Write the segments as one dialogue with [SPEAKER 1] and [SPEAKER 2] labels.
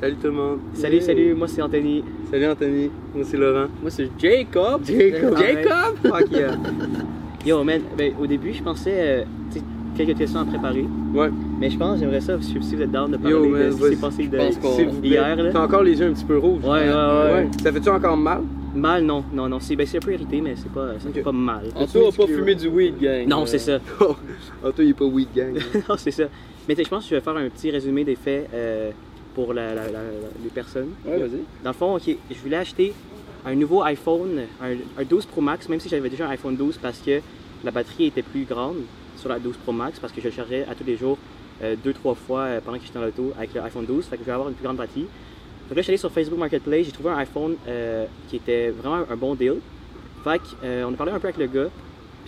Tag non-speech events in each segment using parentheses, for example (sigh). [SPEAKER 1] Salut tout le monde.
[SPEAKER 2] Salut,
[SPEAKER 1] Yeah.
[SPEAKER 2] salut, moi c'est Anthony.
[SPEAKER 1] Salut Anthony. Moi c'est Laurent. Ah,
[SPEAKER 3] Moi, c'est Jacob.
[SPEAKER 1] Jacob.
[SPEAKER 3] Jacob.
[SPEAKER 2] Fuck yeah. Yo man, ben, au début je pensais euh, tu sais, quelques questions à préparer,
[SPEAKER 1] Ouais.
[SPEAKER 2] mais je pense j'aimerais ça si si vous êtes down de parler
[SPEAKER 1] Yo,
[SPEAKER 2] de
[SPEAKER 1] man,
[SPEAKER 2] ce qui
[SPEAKER 1] vas-y.
[SPEAKER 2] s'est passé
[SPEAKER 1] Je pense qu'on-
[SPEAKER 2] de hier
[SPEAKER 1] T'as
[SPEAKER 2] là.
[SPEAKER 1] encore les yeux un petit peu rouges.
[SPEAKER 2] Ouais, ouais, ouais.
[SPEAKER 1] Ça fait-tu encore mal?
[SPEAKER 2] Mal non, non, non, c'est ben, c'est un peu irrité mais c'est pas, ça fait
[SPEAKER 1] Ok.
[SPEAKER 2] pas mal.
[SPEAKER 3] Anto a pas fumé du weed, gang.
[SPEAKER 2] Non
[SPEAKER 3] Euh,
[SPEAKER 2] c'est ça, (laughs)
[SPEAKER 1] (laughs) Ah, toi, il est pas weed gang.
[SPEAKER 2] non c'est ça. Mais tu sais, je pense que je vais faire un petit résumé des faits euh, pour la- la- la- la- les personnes.
[SPEAKER 3] Ouais, vas-y.
[SPEAKER 2] Dans le fond, ok, je voulais acheter un nouveau iPhone, un, un 12 Pro Max, même si j'avais déjà un iPhone 12 parce que la batterie était plus grande sur la 12 Pro Max parce que je le chargeais à tous les jours, euh, deux, trois fois euh, pendant que j'étais dans l'auto avec le iPhone 12. Fait que je voulais avoir une plus grande batterie. Donc là, je suis allé sur Facebook Marketplace, j'ai trouvé un iPhone euh, qui était vraiment un bon deal. Fait que, euh, on a parlé un peu avec le gars,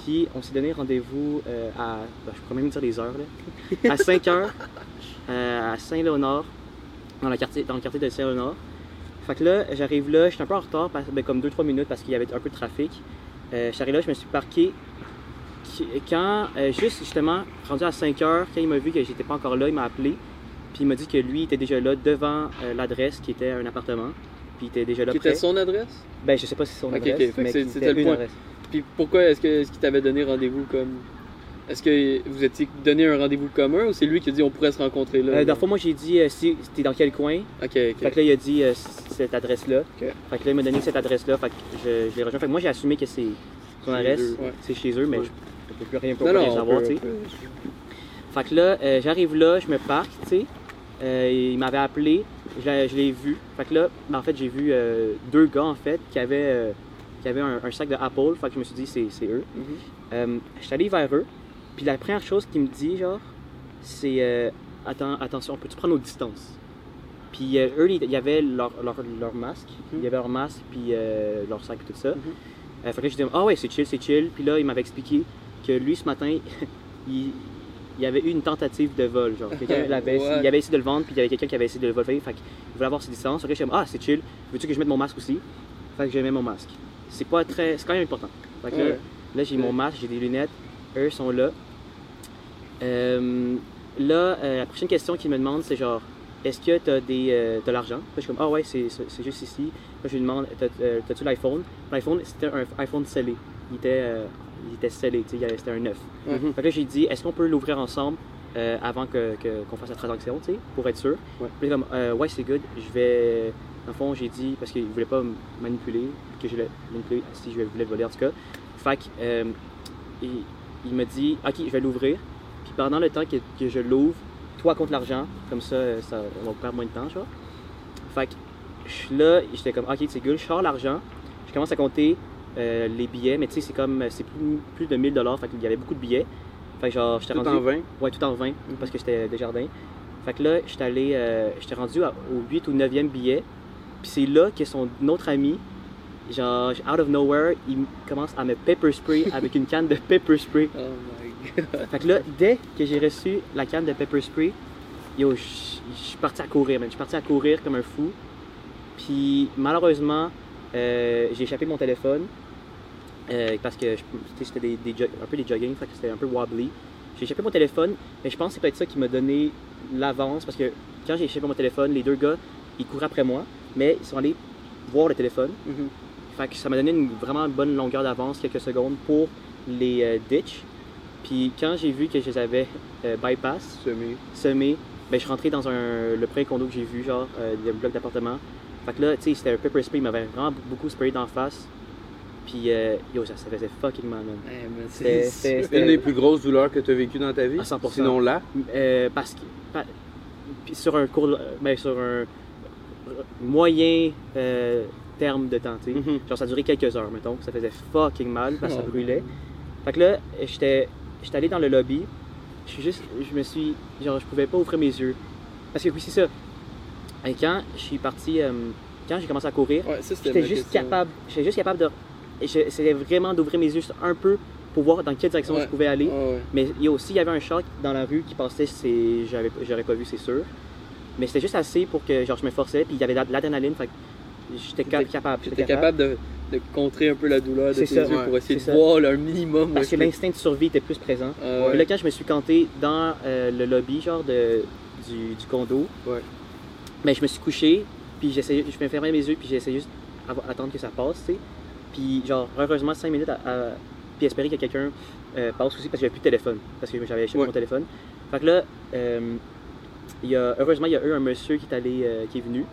[SPEAKER 2] puis on s'est donné rendez-vous euh, à. ben, je pourrais même dire les heures, là. À 5 heures, euh, à Saint-Léonard, dans, le quartier- dans le quartier de Saint-Léonard. Fait que là, j'arrive là, j'étais un peu en retard, parce- ben, comme 2-3 minutes parce qu'il y avait un peu de trafic. Euh, j'arrive là, je me suis parqué. Qui- Quand, euh, juste justement, rendu à 5 heures, quand il m'a vu que j'étais pas encore là, il m'a appelé. Puis il m'a dit que lui était déjà là devant euh, l'adresse qui était un appartement. Puis il était déjà là
[SPEAKER 3] Qui
[SPEAKER 2] près.
[SPEAKER 3] était son adresse?
[SPEAKER 2] Ben, je sais pas si c'est son
[SPEAKER 3] Ok, ok,
[SPEAKER 2] adresse,
[SPEAKER 3] fait que
[SPEAKER 2] mais
[SPEAKER 3] c'est-
[SPEAKER 2] qui
[SPEAKER 3] c'était
[SPEAKER 2] était
[SPEAKER 3] le
[SPEAKER 2] une
[SPEAKER 3] point.
[SPEAKER 2] adresse.
[SPEAKER 3] Puis pourquoi est-ce que est-ce qu'il t'avait donné rendez-vous comme. Est-ce que vous étiez donné un rendez-vous commun ou c'est lui qui a dit on pourrait se rencontrer là?
[SPEAKER 2] Euh, dans le fond, moi, j'ai dit euh, si t'es dans quel coin.
[SPEAKER 3] Ok, ok.
[SPEAKER 2] Fait que là, il a dit euh, c- cette adresse-là.
[SPEAKER 3] Ok.
[SPEAKER 2] Fait que là, il m'a donné cette adresse-là. Fait que je, je l'ai rejoint. Fait que moi, j'ai assumé que c'est
[SPEAKER 1] Chez
[SPEAKER 2] son adresse.
[SPEAKER 1] eux,
[SPEAKER 3] ouais.
[SPEAKER 2] C'est chez eux, mais
[SPEAKER 1] Ouais.
[SPEAKER 2] je je peux plus rien pour
[SPEAKER 3] Non,
[SPEAKER 2] rien
[SPEAKER 3] non, on
[SPEAKER 2] savoir,
[SPEAKER 3] peut-
[SPEAKER 2] tu sais.
[SPEAKER 3] on peut-
[SPEAKER 2] Fait que là, euh, j'arrive là, je me parque, tu sais. Euh, il m'avait appelé, je l'ai, je l'ai vu. Fait que là, ben, en fait, j'ai vu euh, deux gars, en fait, qui avaient, euh, qui avaient un, un sac de Apple. Fait que je me suis dit, c'est, c'est eux.
[SPEAKER 3] Mhm.
[SPEAKER 2] Euh, je suis allé vers eux, puis la première chose qu'ils me dit, genre, c'est euh, Attends, attention, peux-tu prendre nos distances? Puis euh, eux, ils- il y avait leur, leur, leur masque, il y avait leur masque, puis euh, leur sac, et tout ça.
[SPEAKER 3] Mhm.
[SPEAKER 2] Euh, fait que là, je dis, ah ouais, c'est chill, c'est chill. Puis là, il m'avait expliqué que lui, ce matin, (laughs) il, il y avait eu une tentative de vol. Genre,
[SPEAKER 3] (laughs)
[SPEAKER 2] quelqu'un l'avait,
[SPEAKER 3] Ouais.
[SPEAKER 2] il avait essayé de le vendre, puis il y avait quelqu'un qui avait essayé de le voler. Fait qu'il voulait avoir ses distances. Fait que là, je dis, ah, c'est chill, veux-tu que je mette mon masque aussi? Fait que je mets mon masque. C'est pas très. C'est quand même important. Fait que là,
[SPEAKER 3] Ouais.
[SPEAKER 2] là, j'ai
[SPEAKER 3] Ouais.
[SPEAKER 2] mon masque, j'ai des lunettes, eux sont là. Euh, là, euh, la prochaine question qu'ils me demandent, c'est genre, est-ce que t'as des, euh, t'as l'argent? Puis je suis comme, ah ouais, c'est, c'est c'est juste ici. Là, je lui demande, t'as, euh, t'as-tu l'iPhone? L'iPhone, c'était un iPhone scellé. Il était, euh, il était scellé, tu sais, il y avait- c'était un 9.
[SPEAKER 3] Ouais.
[SPEAKER 2] Fait que là, j'ai dit, est-ce qu'on peut l'ouvrir ensemble euh, avant que, que- qu'on fasse la transaction, tu sais, pour être sûr?
[SPEAKER 1] Ouais.
[SPEAKER 2] Puis il est comme, Euh, ouais, c'est good, je vais. Dans le fond, j'ai dit, parce qu'il voulait pas me manipuler, que je le manipuler si je voulais le voler en tout cas. Fait que, euh, il, il me dit, ok, je vais l'ouvrir. Puis pendant le temps que, que je l'ouvre, toi compte l'argent, comme ça, euh, ça on va perdre moins de temps, tu vois. Fait que je suis là, j'étais comme, ok, c'est good, je sors l'argent, je commence à compter euh, les billets, mais tu sais, c'est comme, euh, c'est plus, plus de 1000 dollars, fait qu'il y avait beaucoup de billets. Fait que genre, j'étais
[SPEAKER 1] Tout
[SPEAKER 2] rendu.
[SPEAKER 1] en vain.
[SPEAKER 2] Ouais, tout en 20, parce que j'étais des jardins. Fait que là, j'étais allé, euh, j'étais rendu à- au 8 ou 9e billet. Puis c'est là que son autre ami, genre, out of nowhere, il m- commence à me pepper spray avec une canne de pepper spray.
[SPEAKER 3] Oh my god.
[SPEAKER 2] Fait que là, dès que j'ai reçu la canne de pepper spray, yo, je je suis parti à courir, man. Je suis parti à courir comme un fou. Puis malheureusement, euh, j'ai échappé mon téléphone euh, parce que je- tu sais, c'était des, des jog- un peu des jogging, fait que c'était un peu wobbly. J'ai échappé mon téléphone, mais je pense que c'est peut-être ça qui m'a donné l'avance parce que quand j'ai échappé mon téléphone, les deux gars, ils couraient après moi, mais ils sont allés voir le téléphone.
[SPEAKER 3] Mhm.
[SPEAKER 2] Fait que ça m'a donné une vraiment bonne longueur d'avance, quelques secondes, pour les euh, ditch. Puis quand j'ai vu que je les avais euh, bypass,
[SPEAKER 1] Semé.
[SPEAKER 2] semés, ben, je suis rentré dans un, le premier condo que j'ai vu, genre, euh, le bloc d'appartement. Fait que là, tu sais, c'était un pepper spray, il m'avait vraiment beaucoup sprayé d'en face. Puis, euh, yo, ça, ça faisait fucking mal, man.
[SPEAKER 3] Eh, mais
[SPEAKER 2] C'était-
[SPEAKER 3] c'est- (laughs)
[SPEAKER 2] c'était-
[SPEAKER 1] Une
[SPEAKER 2] c'était-
[SPEAKER 1] des plus grosses douleurs que tu as vécues dans ta vie.
[SPEAKER 2] À 100%.
[SPEAKER 1] Sinon là.
[SPEAKER 2] Euh, parce que pa- puis sur un court ben, sur un moyen euh, terme de temps, tu sais.
[SPEAKER 1] Mhm.
[SPEAKER 2] Genre ça durait quelques heures mettons, ça faisait fucking mal parce que ça
[SPEAKER 3] Mm-hmm. Oh.
[SPEAKER 2] brûlait. Fait que là, j'étais j'étais allé dans le lobby. Je suis juste je me suis genre je pouvais pas ouvrir mes yeux parce que oui, c'est ça. Et quand je suis parti euh, quand j'ai commencé à courir,
[SPEAKER 3] Ouais, ça, c'était
[SPEAKER 2] j'étais
[SPEAKER 3] ma
[SPEAKER 2] juste
[SPEAKER 3] question.
[SPEAKER 2] capable, j'étais juste capable de je- c'était vraiment d'ouvrir mes yeux juste un peu pour voir dans quelle direction
[SPEAKER 3] Ouais.
[SPEAKER 2] je pouvais aller.
[SPEAKER 3] Ah Ouais, ouais.
[SPEAKER 2] Mais il y a aussi, il y avait un chat dans la rue qui passait, c'est, j'avais, j'aurais pas vu, c'est sûr. Mais c'était juste assez pour que genre, je m'efforçais, puis il y avait de la- de l'adrénaline, fait que j'étais cap-
[SPEAKER 3] T'étais-
[SPEAKER 2] capable.
[SPEAKER 3] J'étais capable de, de contrer un peu la douleur de
[SPEAKER 2] C'est
[SPEAKER 3] tes
[SPEAKER 2] ça.
[SPEAKER 3] yeux
[SPEAKER 1] Ouais.
[SPEAKER 3] pour essayer
[SPEAKER 2] C'est ça.
[SPEAKER 3] de voir le minimum. où
[SPEAKER 2] Parce
[SPEAKER 3] est-ce
[SPEAKER 2] que l'instinct de survie était plus présent.
[SPEAKER 3] Ah ouais.
[SPEAKER 2] Puis là, euh, quand je me suis canté dans euh, le lobby, genre, de, du, du condo,
[SPEAKER 1] Ouais.
[SPEAKER 2] Mais je me suis couché, puis j'essayais, je me fermais mes yeux, puis j'essayais juste av- attendre que ça passe, tu sais. Puis genre, heureusement, 5 minutes, à, à- puis espérer que quelqu'un euh, passe aussi, parce que j'avais plus de téléphone, parce que j'avais acheté
[SPEAKER 1] Ouais.
[SPEAKER 2] mon téléphone. Fait que là, euh, il y a, heureusement, il y a eu un monsieur qui est, allé, euh, qui est venu,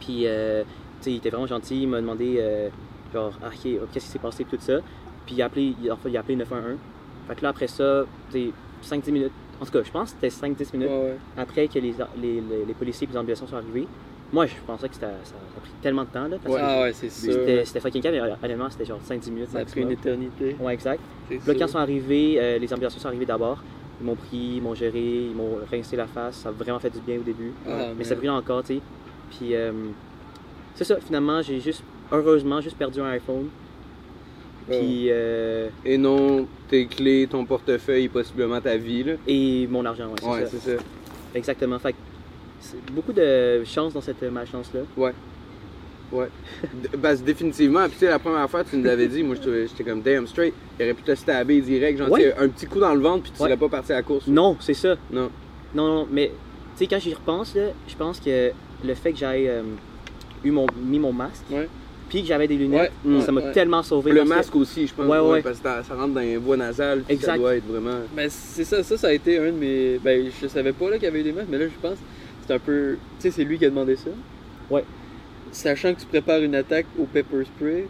[SPEAKER 2] puis euh, tu sais, il était vraiment gentil, il m'a demandé, euh, genre, Ah, ok, qu'est-ce qui s'est passé, puis tout ça. Puis il a appelé, il, en fait, il a appelé 911. Fait que là, après ça, tu sais, 5-10 minutes, en tout cas, je pense que c'était 5-10 minutes
[SPEAKER 3] Ouais, ouais.
[SPEAKER 2] après que les, les, les, les policiers et les ambulanciers sont arrivés, moi je pensais que c'était- ça, ça a pris tellement de temps là, parce
[SPEAKER 3] Ah ouais, c'est
[SPEAKER 2] que
[SPEAKER 3] sûr.
[SPEAKER 2] c'était- c'était fucking calme, mais honnêtement c'était genre 5-10 minutes.
[SPEAKER 3] Ça a pris
[SPEAKER 2] maximum.
[SPEAKER 3] une éternité.
[SPEAKER 2] Ouais, exact.
[SPEAKER 3] c'est
[SPEAKER 2] Puis là, quand ils
[SPEAKER 3] sûr.
[SPEAKER 2] sont arrivés, euh, les ambulanciers sont arrivés d'abord. Ils m'ont pris, ils m'ont géré, ils m'ont rincé la face. Ça a vraiment fait du bien au début.
[SPEAKER 3] Ah,
[SPEAKER 2] mais ça
[SPEAKER 3] man.
[SPEAKER 2] brûle encore, tu sais. Puis euh, c'est ça, finalement, j'ai juste, heureusement, juste perdu un iPhone. Puis, euh,
[SPEAKER 1] Et non tes clés, ton portefeuille, possiblement ta vie, là.
[SPEAKER 2] et mon argent, ouais, c'est
[SPEAKER 1] Ouais,
[SPEAKER 2] ça.
[SPEAKER 1] c'est ça. (laughs)
[SPEAKER 2] Exactement. Fait que c'est beaucoup de chance dans cette euh, malchance-là.
[SPEAKER 1] D- Parce que définitivement, puis tu sais, la première fois, tu nous l'avais dit, moi, j'étais j'étais comme damn straight. Il aurait pu te stabber direct, genre,
[SPEAKER 2] Ouais.
[SPEAKER 1] tu sais, un petit coup dans le ventre, puis tu
[SPEAKER 2] Ouais.
[SPEAKER 1] serais pas parti à la course.
[SPEAKER 2] Non, c'est ça.
[SPEAKER 1] Non.
[SPEAKER 2] Non, non, mais tu sais, quand j'y repense, là, je pense que le fait que j'aille euh, eu mon, mis mon masque,
[SPEAKER 3] Ouais.
[SPEAKER 2] puis que j'avais des lunettes,
[SPEAKER 1] Ouais,
[SPEAKER 2] ça m'a
[SPEAKER 3] ouais.
[SPEAKER 2] tellement sauvé.
[SPEAKER 1] Le
[SPEAKER 2] parce que-
[SPEAKER 1] masque aussi, je pense,
[SPEAKER 2] Ouais, ouais, ouais.
[SPEAKER 1] parce que ça ça rentre dans les voies nasales, puis ça
[SPEAKER 2] Exact.
[SPEAKER 1] doit être vraiment.
[SPEAKER 3] Ben, c'est ça, ça, ça a été un de mes. Ben, je savais pas là qu'il y avait eu des masques, mais là, je pense, c'est un peu. Tu sais, c'est lui qui a demandé ça.
[SPEAKER 2] Ouais.
[SPEAKER 3] Sachant que tu prépares une attaque au pepper spray.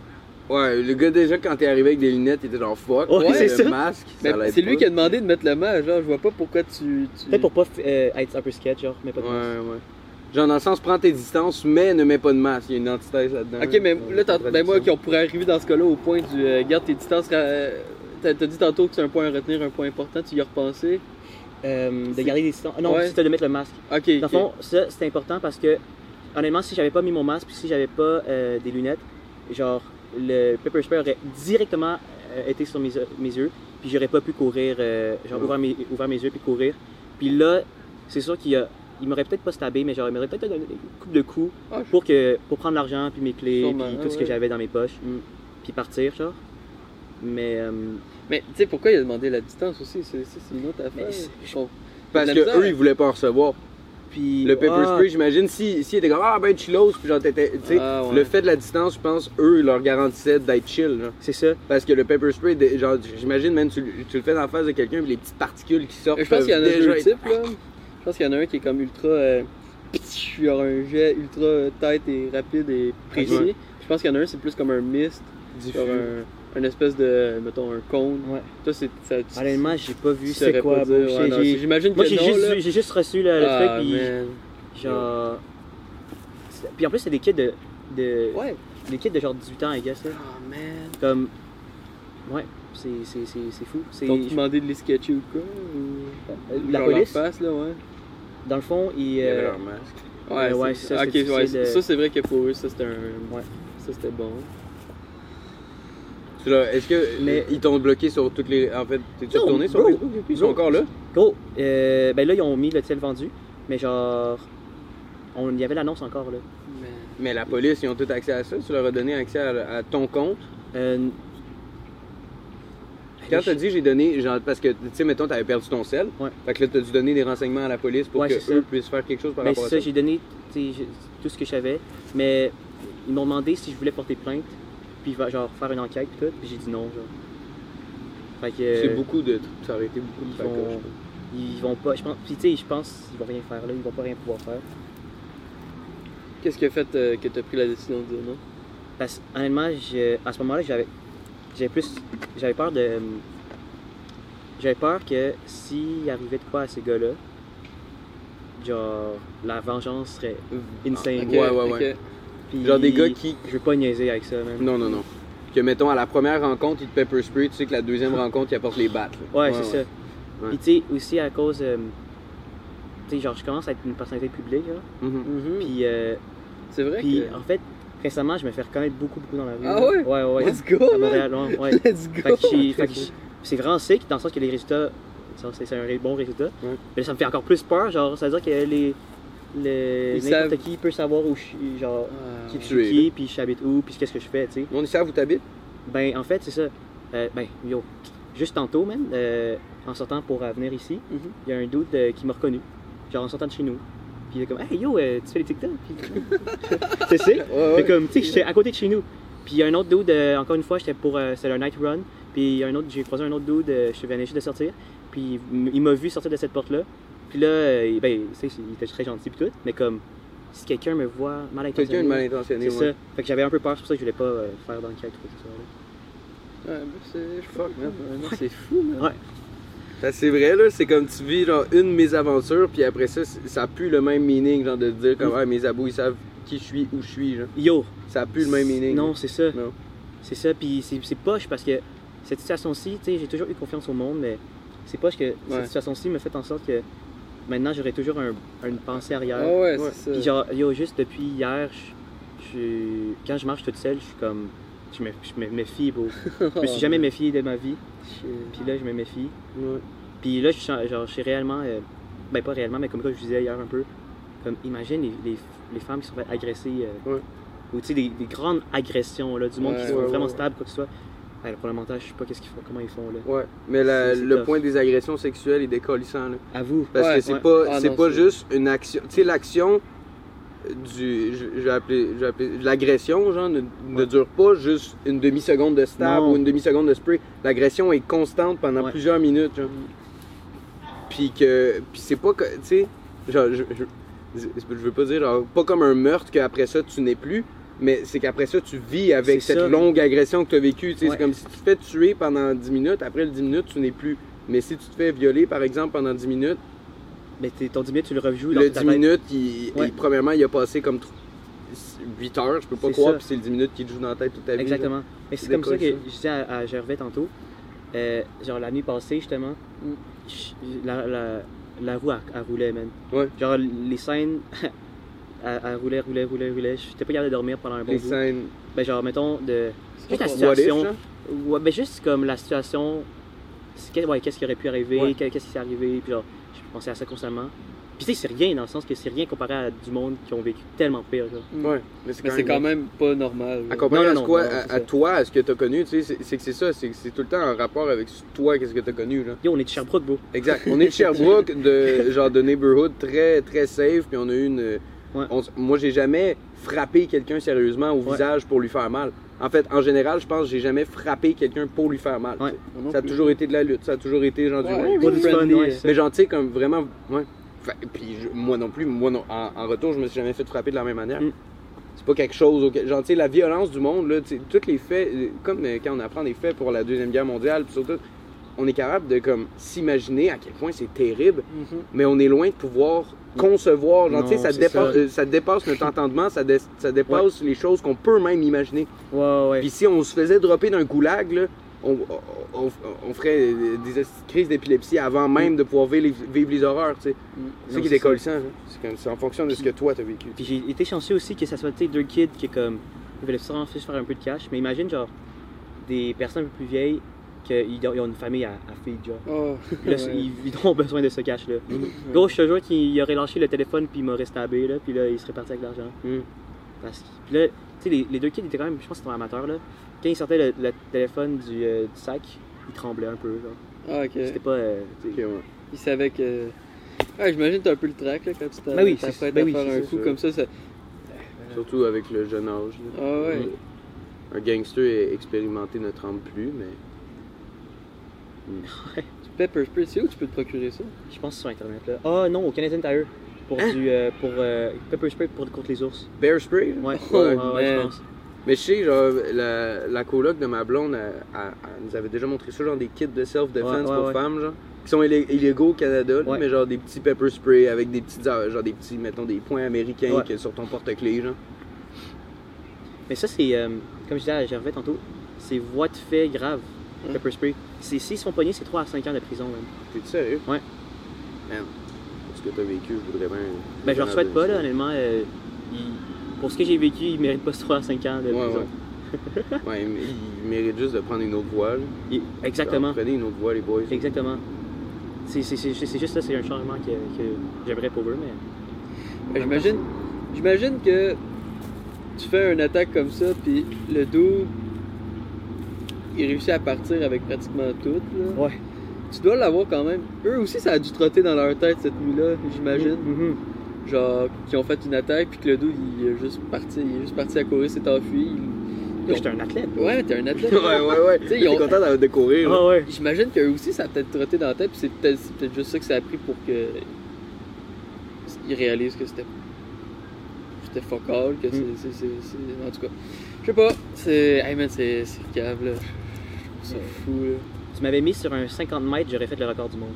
[SPEAKER 1] Ouais, le gars, déjà, quand t'es arrivé avec des lunettes, il était genre fuck.
[SPEAKER 2] Ouais,
[SPEAKER 1] le
[SPEAKER 2] c'est ça.
[SPEAKER 1] masque, ça
[SPEAKER 3] Ben,
[SPEAKER 1] l'aide
[SPEAKER 3] c'est lui
[SPEAKER 1] pas.
[SPEAKER 3] qui a demandé de mettre le masque. Genre, je vois pas pourquoi tu. tu...
[SPEAKER 2] Peut-être pour pas euh, être un peu sketch, genre, mais pas de
[SPEAKER 1] Ouais,
[SPEAKER 2] masque.
[SPEAKER 1] ouais. Genre, dans le sens, prends tes distances, mais ne mets pas de masque. Il y a une antithèse là-dedans.
[SPEAKER 2] Euh,
[SPEAKER 3] Ok, mais
[SPEAKER 1] Une
[SPEAKER 3] là, t'as- ben, moi, ok,
[SPEAKER 1] contradiction.
[SPEAKER 3] on pourrait arriver dans ce cas-là au point du. euh, garde tes distances. euh, T'as t'as dit tantôt que c'est un point à retenir, un point important, tu y as repensé.
[SPEAKER 2] Euh, de
[SPEAKER 3] C'est-
[SPEAKER 2] garder des distances. Non,
[SPEAKER 3] Ouais.
[SPEAKER 2] c'était de mettre le masque.
[SPEAKER 3] Ok.
[SPEAKER 2] Dans le
[SPEAKER 3] ok.
[SPEAKER 2] fond, ça, c'est important parce que, honnêtement, si j'avais pas mis mon masque, puis si j'avais pas euh, des lunettes, genre, le pepper spray aurait directement euh, été sur mes, mes yeux, puis j'aurais pas pu courir, euh, genre,
[SPEAKER 1] Ouais.
[SPEAKER 2] ouvrir mes, ouvrir mes yeux puis courir. Puis là, c'est sûr qu'il y a- il m'aurait peut-être pas stabé, mais j'aurais m'aurait peut-être donné une coupe de coups
[SPEAKER 3] Ah, je-
[SPEAKER 2] pour, que, pour prendre l'argent, puis mes clés,
[SPEAKER 3] Sûrement,
[SPEAKER 2] puis tout
[SPEAKER 3] ouais,
[SPEAKER 2] ce que
[SPEAKER 3] ouais.
[SPEAKER 2] j'avais dans mes poches,
[SPEAKER 1] Mm.
[SPEAKER 2] puis partir, genre. Mais, euh,
[SPEAKER 3] Mais tu sais, pourquoi il a demandé la distance aussi C'est c'est- c'est une autre affaire.
[SPEAKER 2] c'est-
[SPEAKER 3] Je comprends.
[SPEAKER 1] Parce
[SPEAKER 3] la
[SPEAKER 1] que
[SPEAKER 3] misère,
[SPEAKER 1] eux, ils voulaient pas en recevoir.
[SPEAKER 2] puis,
[SPEAKER 1] Le pepper
[SPEAKER 2] ah,
[SPEAKER 1] spray, j'imagine, si, si était comme ah ben chillos, puis genre t'étais, tu sais,
[SPEAKER 3] Ah, ouais.
[SPEAKER 1] le fait de la distance, je pense, eux, ils leur garantissaient d'être chill, là.
[SPEAKER 2] C'est ça.
[SPEAKER 1] Parce que le pepper spray, de- genre, j'imagine, même tu, le- tu le fais en face de quelqu'un, puis les petites particules qui sortent.
[SPEAKER 3] Je pense qu'il y en a
[SPEAKER 1] peuvent déjà
[SPEAKER 3] deux
[SPEAKER 1] être-
[SPEAKER 3] types, là. Je pense qu'il y en a un qui est comme ultra. Euh, il y aura un jet ultra euh, tight et rapide et
[SPEAKER 2] Ah,
[SPEAKER 3] précis.
[SPEAKER 1] Ouais.
[SPEAKER 3] Je pense qu'il y en a un, c'est plus comme un mist,
[SPEAKER 1] diffus.
[SPEAKER 3] genre un, un espèce de. mettons, un cône.
[SPEAKER 2] Ouais.
[SPEAKER 3] Toi, c'est. Ça, tu-
[SPEAKER 2] Honnêtement, j'ai pas vu
[SPEAKER 3] tu
[SPEAKER 2] c'est
[SPEAKER 3] saurais
[SPEAKER 2] quoi.
[SPEAKER 3] pas dire.
[SPEAKER 2] bullshit.
[SPEAKER 3] Ouais, non,
[SPEAKER 2] J'ai-
[SPEAKER 3] c'est- J'imagine que
[SPEAKER 2] Moi, j'ai
[SPEAKER 3] non,
[SPEAKER 2] juste,
[SPEAKER 3] là.
[SPEAKER 2] vu- j'ai juste reçu le, le
[SPEAKER 3] Ah,
[SPEAKER 2] truc, puis
[SPEAKER 3] man.
[SPEAKER 2] genre. c'est- Puis en plus, c'est des kids de. de
[SPEAKER 3] Ouais.
[SPEAKER 2] Des kids de genre 18 ans, I guess. Là.
[SPEAKER 3] Ah, man.
[SPEAKER 2] Comme. Ouais, c'est, c'est, c'est, c'est fou. C'est,
[SPEAKER 3] Donc, tu demandé de les sketcher ou quoi ou...
[SPEAKER 2] Euh, la
[SPEAKER 3] Genre leur
[SPEAKER 2] police?
[SPEAKER 3] face, là, ouais.
[SPEAKER 2] Dans le fond, ils.
[SPEAKER 1] Il y avait
[SPEAKER 2] euh,
[SPEAKER 1] leur masque.
[SPEAKER 2] Ouais, ouais, c'est ça,
[SPEAKER 3] Ok,
[SPEAKER 2] c'était
[SPEAKER 3] ouais,
[SPEAKER 2] difficile de-
[SPEAKER 3] ça, c'est vrai que pour eux, ça, c'était un.
[SPEAKER 2] Ouais.
[SPEAKER 3] Ça, c'était bon.
[SPEAKER 1] Tu l'as- Est-ce que
[SPEAKER 2] Mais-
[SPEAKER 1] ils t'ont bloqué sur toutes les. En fait, t'es-tu
[SPEAKER 2] Non,
[SPEAKER 1] retourné sur
[SPEAKER 2] bro,
[SPEAKER 1] Facebook depuis? Ils sont
[SPEAKER 2] bro.
[SPEAKER 1] encore là?
[SPEAKER 2] Gros, euh, ben là, ils ont mis le tel vendu, mais genre. On, il y avait l'annonce encore, là.
[SPEAKER 3] Man.
[SPEAKER 1] Mais la police, ils ont tout accès à ça. Tu leur as donné accès à, à ton compte.
[SPEAKER 2] Euh,
[SPEAKER 1] Quand t'as dit j'ai donné, genre, parce que, tu sais, mettons, t'avais perdu ton sel.
[SPEAKER 2] Ouais.
[SPEAKER 1] Fait que là, t'as dû donner des renseignements à la police pour
[SPEAKER 2] Ouais,
[SPEAKER 1] que
[SPEAKER 2] c'est ça.
[SPEAKER 1] eux puissent faire quelque chose par
[SPEAKER 2] Ben,
[SPEAKER 1] rapport
[SPEAKER 2] c'est
[SPEAKER 1] à
[SPEAKER 2] ça,
[SPEAKER 1] ça.
[SPEAKER 2] j'ai donné tu sais, j'ai- tout ce que je savais, mais ils m'ont demandé si je voulais porter plainte, puis va- genre faire une enquête, puis tout, puis j'ai dit non. Genre. Fait que.
[SPEAKER 1] C'est
[SPEAKER 2] euh,
[SPEAKER 1] beaucoup de. Ça aurait été beaucoup de
[SPEAKER 2] ils
[SPEAKER 1] facoche,
[SPEAKER 2] vont-
[SPEAKER 1] je pense.
[SPEAKER 2] Ils vont pas. Je pense, puis tu sais, je pense qu'ils vont rien faire là, ils vont pas rien pouvoir faire.
[SPEAKER 3] Qu'est-ce qui a fait euh, que t'as pris la décision de dire non
[SPEAKER 2] Parce que, honnêtement, je- à ce moment-là, j'avais j'avais plus. J'avais peur de. J'avais peur que s'il arrivait de quoi à ces gars-là, genre, la vengeance serait insane.
[SPEAKER 1] Ah, Ok.
[SPEAKER 3] Ok,
[SPEAKER 1] Ouais, ouais,
[SPEAKER 3] ok.
[SPEAKER 1] ouais.
[SPEAKER 2] Puis-
[SPEAKER 1] Genre des gars qui.
[SPEAKER 2] Je veux pas niaiser avec ça, même.
[SPEAKER 1] Non, non, non. Que mettons, à la première rencontre, ils te pepper spray, tu sais que la deuxième rencontre, ils apportent les battes. là.
[SPEAKER 2] Ouais, c'est ça.
[SPEAKER 1] Ouais.
[SPEAKER 2] Puis tu sais, aussi à cause. euh, tu sais, genre, je commence à être une personnalité publique, là.
[SPEAKER 1] Mhm.
[SPEAKER 2] Puis, euh,
[SPEAKER 3] C'est vrai
[SPEAKER 2] puis
[SPEAKER 3] que.
[SPEAKER 2] en fait, récemment, je me fais reconnaître beaucoup, beaucoup dans la rue.
[SPEAKER 3] Ah
[SPEAKER 2] là.
[SPEAKER 3] ouais?
[SPEAKER 2] Ouais, ouais.
[SPEAKER 3] Let's go,
[SPEAKER 2] À
[SPEAKER 3] man.
[SPEAKER 2] Montréal, ouais. ouais.
[SPEAKER 3] (laughs) Let's
[SPEAKER 2] Fait
[SPEAKER 3] go.
[SPEAKER 2] que j'ai- fait que j'ai- c'est vraiment sick dans le sens que les résultats, ça, c'est c'est un ré- bon résultat.
[SPEAKER 1] Ouais.
[SPEAKER 2] Mais ça me fait encore plus peur, genre, ça veut dire que les. les
[SPEAKER 3] Ils
[SPEAKER 2] N'importe
[SPEAKER 3] savent.
[SPEAKER 2] qui peut savoir où je suis, genre,
[SPEAKER 3] Ah,
[SPEAKER 2] qui je
[SPEAKER 1] Tu es,
[SPEAKER 2] suis qui, puis j'habite où, puis qu'est-ce que je fais, tu sais.
[SPEAKER 1] Le Monde, ils savent où t'habites?
[SPEAKER 2] Ben, en fait, c'est ça. Euh, ben, yo, juste tantôt, même, en sortant pour euh, venir ici,
[SPEAKER 3] Mhm.
[SPEAKER 2] euh, il y a un doute qui m'a reconnu. Genre, en sortant de chez nous. Puis il était comme, hey yo, euh, tu fais les TikTok? Puis- (laughs) c'est sick.
[SPEAKER 1] Ouais,
[SPEAKER 2] Fait
[SPEAKER 1] ouais.
[SPEAKER 2] comme, tu sais, j'étais à côté de chez nous. Puis il y a un autre dude, euh, encore une fois, j'étais pour. euh, c'était un night run. Puis il y a un autre, j'ai croisé un autre dude, euh, je venais juste de sortir. Puis il m- il m'a vu sortir de cette porte-là. Puis là, euh, il- ben, tu sais, il était très gentil, puis tout. Mais comme, si quelqu'un me voit mal intentionné.
[SPEAKER 1] Quelqu'un de mal intentionné,
[SPEAKER 2] C'est
[SPEAKER 1] ouais.
[SPEAKER 2] ça. Fait que j'avais un peu peur, c'est pour ça que je voulais pas euh, faire d'enquête ou quelque chose.
[SPEAKER 3] Ouais, mais c'est.
[SPEAKER 1] Fuck, man.
[SPEAKER 3] Vraiment, c'est fou, man.
[SPEAKER 1] Fait que Ben, C'est vrai, là, c'est comme tu vis genre une mésaventure, puis après ça, c- ça pue le même meaning, genre de dire
[SPEAKER 2] Mm.
[SPEAKER 1] comme, ah, mes abous, ils savent qui je suis, où je suis, là.
[SPEAKER 2] Yo!
[SPEAKER 1] Ça pue le même meaning.
[SPEAKER 2] Non, c'est ça.
[SPEAKER 1] Non.
[SPEAKER 2] C'est ça, puis c'est c'est poche parce que cette situation-ci, tu sais, j'ai toujours eu confiance au monde, mais c'est poche que
[SPEAKER 3] Ouais.
[SPEAKER 2] cette situation-ci me fait en sorte que maintenant j'aurais toujours un- une pensée arrière.
[SPEAKER 3] Ah ouais,
[SPEAKER 1] Ouais.
[SPEAKER 3] c'est ça.
[SPEAKER 2] Puis genre, yo, juste depuis hier, je- je- quand je marche toute seule, je suis comme. Je me, je me méfie,
[SPEAKER 3] (laughs)
[SPEAKER 2] bro. Je me suis jamais méfié de ma vie. Puis là, je me méfie.
[SPEAKER 1] Ouais.
[SPEAKER 2] Puis là, je suis, genre, je suis réellement. euh, ben, pas réellement, mais comme quoi je disais hier un peu. Comme, imagine les, les, les femmes qui se sont fait agresser. euh,
[SPEAKER 1] Ouais.
[SPEAKER 2] Ou tu sais, des, des grandes agressions là, du monde
[SPEAKER 3] Ouais,
[SPEAKER 2] qui sont
[SPEAKER 1] ouais,
[SPEAKER 2] vraiment
[SPEAKER 1] ouais.
[SPEAKER 2] stables, quoi que ce soit. Ben, le parlementaire, je sais pas qu'est-ce qu'ils font, comment ils font là.
[SPEAKER 1] Ouais. Mais la-
[SPEAKER 2] C'est- c'est
[SPEAKER 1] le
[SPEAKER 2] tough.
[SPEAKER 1] point des agressions sexuelles est décollissant, là.
[SPEAKER 2] À vous.
[SPEAKER 1] Parce
[SPEAKER 3] Ouais,
[SPEAKER 1] que c'est
[SPEAKER 2] ouais.
[SPEAKER 1] pas,
[SPEAKER 3] Ah
[SPEAKER 1] c'est
[SPEAKER 3] non,
[SPEAKER 1] pas
[SPEAKER 3] c'est-
[SPEAKER 1] juste une action. Tu sais, l'action du. Je, je vais appeler. je vais appeler- L'agression, genre, ne, ne
[SPEAKER 2] Ouais.
[SPEAKER 1] dure pas juste une demi-seconde de stab
[SPEAKER 2] Non.
[SPEAKER 1] ou une demi-seconde de spray. L'agression est constante pendant
[SPEAKER 2] Ouais.
[SPEAKER 1] plusieurs minutes, genre. Puis que. Puis c'est pas que. Tu sais, genre, je, je, je- je veux pas dire, genre, pas comme un meurtre qu'après ça tu n'es plus. Mais c'est qu'après ça, tu vis avec
[SPEAKER 2] C'est
[SPEAKER 1] cette
[SPEAKER 2] ça.
[SPEAKER 1] longue agression que tu as vécue. tu sais.
[SPEAKER 2] Ouais.
[SPEAKER 1] C'est comme si tu te fais tuer pendant 10 minutes, après le 10 minutes, tu n'es plus. Mais si tu te fais violer, par exemple, pendant 10 minutes,
[SPEAKER 2] Mais t'es- ton 10 minutes, tu le rejoues dans
[SPEAKER 1] le
[SPEAKER 2] ta
[SPEAKER 1] 10
[SPEAKER 2] tête.
[SPEAKER 1] minutes, il,
[SPEAKER 2] Ouais.
[SPEAKER 1] il- premièrement, il a passé comme 8 heures, je peux pas
[SPEAKER 2] C'est
[SPEAKER 1] croire,
[SPEAKER 2] ça.
[SPEAKER 1] puis c'est le 10 minutes qui te joue dans la tête toute ta vie.
[SPEAKER 2] Exactement. Mais c'est
[SPEAKER 1] C'est
[SPEAKER 2] comme ça que
[SPEAKER 1] décolle,
[SPEAKER 2] je disais à, à Gervais tantôt, euh, genre la nuit passée justement,
[SPEAKER 3] Mm.
[SPEAKER 2] je- la, la, la roue, elle, elle roulait, man.
[SPEAKER 1] Ouais.
[SPEAKER 2] Genre les scènes, (laughs) elle, elle roulait, roulait, roulait, roulait. J'étais pas capable de dormir pendant un
[SPEAKER 1] là.
[SPEAKER 2] bon
[SPEAKER 1] Les
[SPEAKER 2] bout.
[SPEAKER 1] scènes.
[SPEAKER 2] Ben genre, mettons, de. Juste
[SPEAKER 3] C'est
[SPEAKER 2] la
[SPEAKER 3] pas-
[SPEAKER 1] What if,
[SPEAKER 2] situation.
[SPEAKER 1] genre?
[SPEAKER 2] Ouais, ben juste comme la situation. c'est que- ouais, qu'est-ce qui aurait pu arriver,
[SPEAKER 1] Ouais.
[SPEAKER 2] que- qu'est-ce qui s'est arrivé, puis genre, je pensais à ça constamment. Puis tu sais, c'est rien dans le sens que c'est rien comparé à du monde qui ont vécu tellement pire, genre.
[SPEAKER 1] Ouais. Mais c'est
[SPEAKER 3] Mais
[SPEAKER 1] quand,
[SPEAKER 3] c'est quand
[SPEAKER 1] même.
[SPEAKER 3] même pas normal.
[SPEAKER 1] À
[SPEAKER 3] là.
[SPEAKER 1] comparer
[SPEAKER 2] Non,
[SPEAKER 1] à,
[SPEAKER 2] non,
[SPEAKER 1] ce quoi,
[SPEAKER 2] non, non,
[SPEAKER 1] à-
[SPEAKER 2] c'est
[SPEAKER 1] à
[SPEAKER 2] ça.
[SPEAKER 1] toi, à ce que t'as connu, tu sais, c'est c'est que c'est ça, c'est que c'est tout le temps en rapport avec toi, qu'est-ce que t'as connu, là.
[SPEAKER 2] Yo, on est de Sherbrooke, bro.
[SPEAKER 1] Exact. On est de Sherbrooke, de genre de neighborhood très très safe, puis on a eu une. on s- moi, j'ai jamais frappé quelqu'un sérieusement au
[SPEAKER 2] Ouais.
[SPEAKER 1] visage pour lui faire mal. En fait, en général, je pense que j'ai jamais frappé quelqu'un pour lui faire mal.
[SPEAKER 2] Ouais.
[SPEAKER 1] tu sais.
[SPEAKER 3] Moi non
[SPEAKER 1] Ça a
[SPEAKER 3] plus.
[SPEAKER 1] toujours été de la lutte, ça a toujours été genre du.
[SPEAKER 3] Ouais,
[SPEAKER 1] Ouais,
[SPEAKER 3] oui,
[SPEAKER 1] oui,
[SPEAKER 2] du
[SPEAKER 1] oui.
[SPEAKER 2] fun,
[SPEAKER 3] friendly,
[SPEAKER 2] ouais,
[SPEAKER 3] euh,
[SPEAKER 2] c'est ça.
[SPEAKER 1] Mais genre, tu sais, comme vraiment. Ouais. Fait- puis je- moi non plus, moi non, en, en retour, je me suis jamais fait frapper de la même manière.
[SPEAKER 2] Mm.
[SPEAKER 1] C'est pas quelque chose auquel. Genre, tu sais, la violence du monde, là, tu sais, tous les faits, euh, comme euh, quand on apprend des faits pour la Deuxième Guerre mondiale, puis surtout, on est capable de comme s'imaginer à quel point c'est terrible,
[SPEAKER 3] Mhm.
[SPEAKER 1] mais on est loin de pouvoir concevoir. Genre, tu sais,
[SPEAKER 2] Non,
[SPEAKER 1] ça,
[SPEAKER 2] c'est
[SPEAKER 1] dépasse-
[SPEAKER 2] ça.
[SPEAKER 1] euh, ça dépasse notre entendement, ça, dé- ça dépasse les choses qu'on peut même imaginer.
[SPEAKER 2] Ouais, ouais, ouais.
[SPEAKER 1] Puis si on se faisait dropper d'un goulag, là, on, on- on- on ferait euh, des esti- crises d'épilepsie avant même de pouvoir vivre, les- vivre les horreurs, tu sais. C'est ça qui
[SPEAKER 2] Non,
[SPEAKER 1] est
[SPEAKER 2] c'est ça.
[SPEAKER 1] décollissant, hein. là. C'est comme- c'est en fonction de ce que toi t'as vécu.
[SPEAKER 2] Puis j'ai été chanceux aussi que ça soit tu sais, deux kids qui comme ils veulent vraiment juste faire un peu de cash, mais imagine genre des personnes un peu plus vieilles qu'ils ont ils ont une famille à, à feed, genre.
[SPEAKER 3] Oh.
[SPEAKER 2] Puis là,
[SPEAKER 3] Ouais.
[SPEAKER 2] ils, ils ont (laughs) besoin de ce cash là.
[SPEAKER 3] Ouais.
[SPEAKER 2] Gros, je te jure qu'il aurait lâché le téléphone puis il m'aurait stabé là, puis là il serait parti avec l'argent.
[SPEAKER 3] Hmm.
[SPEAKER 1] Mm.
[SPEAKER 2] Parce que puis là, tu sais les, les deux kids étaient quand même, je pense qu'ils étaient amateurs là. Quand ils sortaient le, le téléphone du, euh, du sac, ils tremblaient un peu. genre.
[SPEAKER 3] Ah, ok.
[SPEAKER 2] C'était pas. euh, tu sais,
[SPEAKER 1] Ok, ouais.
[SPEAKER 3] Il savait que. Ouais, j'imagine t'as un peu le track là, quand tu t'a-
[SPEAKER 2] Ben oui,
[SPEAKER 3] t'apprêtes
[SPEAKER 2] c'est-
[SPEAKER 3] à
[SPEAKER 2] ben oui,
[SPEAKER 3] faire
[SPEAKER 2] c'est
[SPEAKER 3] un
[SPEAKER 1] ça,
[SPEAKER 3] coup
[SPEAKER 1] ça.
[SPEAKER 3] comme ça. ça...
[SPEAKER 1] Surtout avec le jeune âge. là.
[SPEAKER 3] Ah ouais.
[SPEAKER 1] Mm. Un gangster est expérimenté ne tremble plus, mais.
[SPEAKER 3] Tu pepper spray, c'est où tu peux te procurer ça
[SPEAKER 2] Je pense sur internet là. Ah non, au Canadian Tire pour
[SPEAKER 3] Hein?
[SPEAKER 2] du euh, pour euh, pepper spray pour contre les
[SPEAKER 3] (laughs)
[SPEAKER 2] ours.
[SPEAKER 1] Bear spray? là?
[SPEAKER 2] Ouais,
[SPEAKER 1] Oh,
[SPEAKER 2] ouais,
[SPEAKER 3] man.
[SPEAKER 2] ouais, je pense.
[SPEAKER 1] Mais je sais, genre, la, la coloc de ma blonde, elle, elle- elle nous avait déjà montré ça, genre des kits de self-defense
[SPEAKER 2] Ouais, ouais,
[SPEAKER 1] pour
[SPEAKER 2] ouais.
[SPEAKER 1] femmes, genre, qui sont illé- illégaux au Canada, là,
[SPEAKER 2] Ouais.
[SPEAKER 1] mais genre des petits pepper spray avec des petits, genre des petits, mettons, des points américains
[SPEAKER 2] Ouais.
[SPEAKER 1] que- sur ton porte-clés, genre.
[SPEAKER 2] Mais ça, c'est, euh, comme je disais à Gervais tantôt, c'est voie de fait grave,
[SPEAKER 3] Ouais.
[SPEAKER 2] pepper spray. C'est- S'ils sont pognés, c'est 3 à 5 ans de prison même.
[SPEAKER 1] T'es sérieux?
[SPEAKER 2] Ouais.
[SPEAKER 1] Man, pour ce que t'as vécu, je voudrais bien.
[SPEAKER 2] Ben, je leur souhaite pas, là, honnêtement. euh, ils- Pour ce que j'ai vécu, ils méritent pas 3 à 5 ans de
[SPEAKER 1] Ouais,
[SPEAKER 2] prison.
[SPEAKER 1] ouais.
[SPEAKER 2] (laughs)
[SPEAKER 1] ouais, mais il mérite juste de prendre une autre voie, là.
[SPEAKER 2] Ils- Exactement.
[SPEAKER 1] Genre, Prenez une autre voie, les boys.
[SPEAKER 2] Exactement. C'est c'est- c'est- c'est juste ça, c'est un changement que, que j'aimerais pour eux, mais.
[SPEAKER 3] Ben, J'imagine, j'imagine que tu fais une attaque comme ça, puis le dos, il réussit à partir avec pratiquement tout. Là.
[SPEAKER 2] Ouais.
[SPEAKER 3] Tu dois l'avoir quand même. Eux aussi, ça a dû trotter dans leur tête cette nuit-là, j'imagine.
[SPEAKER 2] Mhm.
[SPEAKER 3] genre, qui ont fait une attaque, puis que le dude, il est juste parti, il est juste parti à courir, s'est enfui. Ils ont-
[SPEAKER 2] J'étais un athlète.
[SPEAKER 3] (laughs) Ouais, t'es un
[SPEAKER 1] (laughs)
[SPEAKER 3] athlète.
[SPEAKER 1] ouais, ouais, ouais.
[SPEAKER 3] Tu sais,
[SPEAKER 1] T'es
[SPEAKER 3] ils ont-
[SPEAKER 1] content de, de courir. là.
[SPEAKER 2] Ah ouais.
[SPEAKER 3] J'imagine qu'eux aussi, ça a peut-être trotté dans la tête, puis c'est peut-être c'est peut-être juste ça que ça a pris pour que. Ils réalisent que c'était. C'était fuck all, que c'est.
[SPEAKER 2] Mm.
[SPEAKER 3] c'est- c'est- c'est- En tout cas. Je sais pas, c'est. Hey man, c'est c'est cave, là. C'est fou, là.
[SPEAKER 2] Tu m'avais mis sur un 50 mètres, j'aurais fait le record du monde.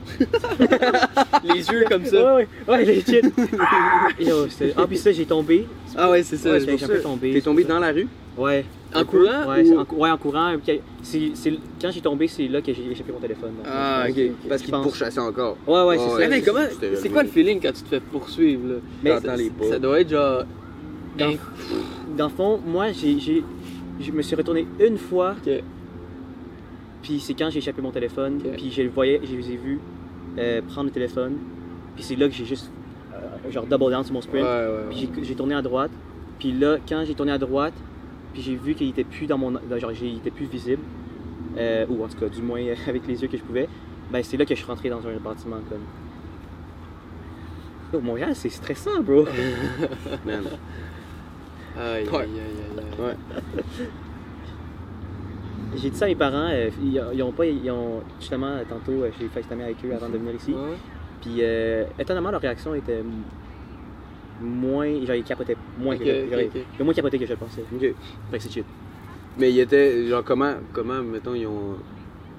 [SPEAKER 3] (laughs) Les yeux comme ça.
[SPEAKER 2] Ouais, ouais, ouais, legit. Ah, Yo, c'était- ah, puis ça, j'ai tombé.
[SPEAKER 3] Ah ouais, c'est ça.
[SPEAKER 2] Ouais,
[SPEAKER 3] c'est
[SPEAKER 2] j'ai-
[SPEAKER 3] pour
[SPEAKER 2] j'ai un
[SPEAKER 3] ça.
[SPEAKER 2] peu tombé.
[SPEAKER 1] T'es
[SPEAKER 2] c'est
[SPEAKER 1] tombé
[SPEAKER 2] pour ça.
[SPEAKER 1] dans la rue?
[SPEAKER 2] Ouais.
[SPEAKER 3] En courant
[SPEAKER 2] Ouais,
[SPEAKER 3] ou-
[SPEAKER 2] c'est en, cou- ouais, en courant. puis qu'il y a- c'est- c'est- quand j'ai tombé, c'est là que j'ai échappé mon téléphone. donc,
[SPEAKER 3] Ah,
[SPEAKER 2] je
[SPEAKER 3] ok.
[SPEAKER 2] pense.
[SPEAKER 1] Parce
[SPEAKER 2] Je
[SPEAKER 1] qu'il te
[SPEAKER 2] pense.
[SPEAKER 1] pourchassait encore.
[SPEAKER 2] Ouais, ouais, c'est
[SPEAKER 1] Ouais,
[SPEAKER 2] ça.
[SPEAKER 3] Ah, mais comment.
[SPEAKER 1] C'était
[SPEAKER 3] C'est quoi le
[SPEAKER 1] relevé.
[SPEAKER 3] feeling quand tu te fais poursuivre, là?
[SPEAKER 2] Mais
[SPEAKER 1] T'entends les pas.
[SPEAKER 3] Ça doit être genre.
[SPEAKER 2] Dans- Dans le fond, moi, j'ai, j'ai- je me suis retourné une fois,
[SPEAKER 3] Ok.
[SPEAKER 2] puis c'est quand j'ai échappé mon téléphone,
[SPEAKER 3] Ok.
[SPEAKER 2] puis je le voyais, je les ai vus euh, prendre le téléphone, puis c'est là que j'ai juste, euh, genre, double down sur mon
[SPEAKER 3] Ouais,
[SPEAKER 2] sprint,
[SPEAKER 3] ouais.
[SPEAKER 2] puis j'ai, j'ai tourné à droite, puis là, quand j'ai tourné à droite, puis j'ai vu qu'il était plus dans mon, dans- genre, j'ai- il était plus visible, euh, ou en tout cas, du moins (laughs) euh, avec les yeux que je pouvais, ben c'est là que je suis rentré dans un bâtiment comme. Oh, Montréal, c'est stressant, bro.
[SPEAKER 1] Man.
[SPEAKER 3] Aïe, aïe,
[SPEAKER 1] Ouais.
[SPEAKER 3] aïe, aïe, aïe.
[SPEAKER 1] Ouais.
[SPEAKER 2] J'ai dit ça à mes parents, euh, ils, ils ont pas, ils ont justement euh, tantôt, euh, j'ai FaceTimé avec eux avant de venir ici.
[SPEAKER 3] Ouais.
[SPEAKER 2] Puis euh, étonnamment, leur réaction était m- moins, genre ils capotaient moins
[SPEAKER 3] Ok,
[SPEAKER 2] que je, j'aurais-
[SPEAKER 3] ok, ok.
[SPEAKER 2] ils ont moins capoté que je le pensais.
[SPEAKER 1] Ok.
[SPEAKER 2] Fait que c'est chill.
[SPEAKER 1] Mais il était, genre, comment, comment, mettons, ils ont,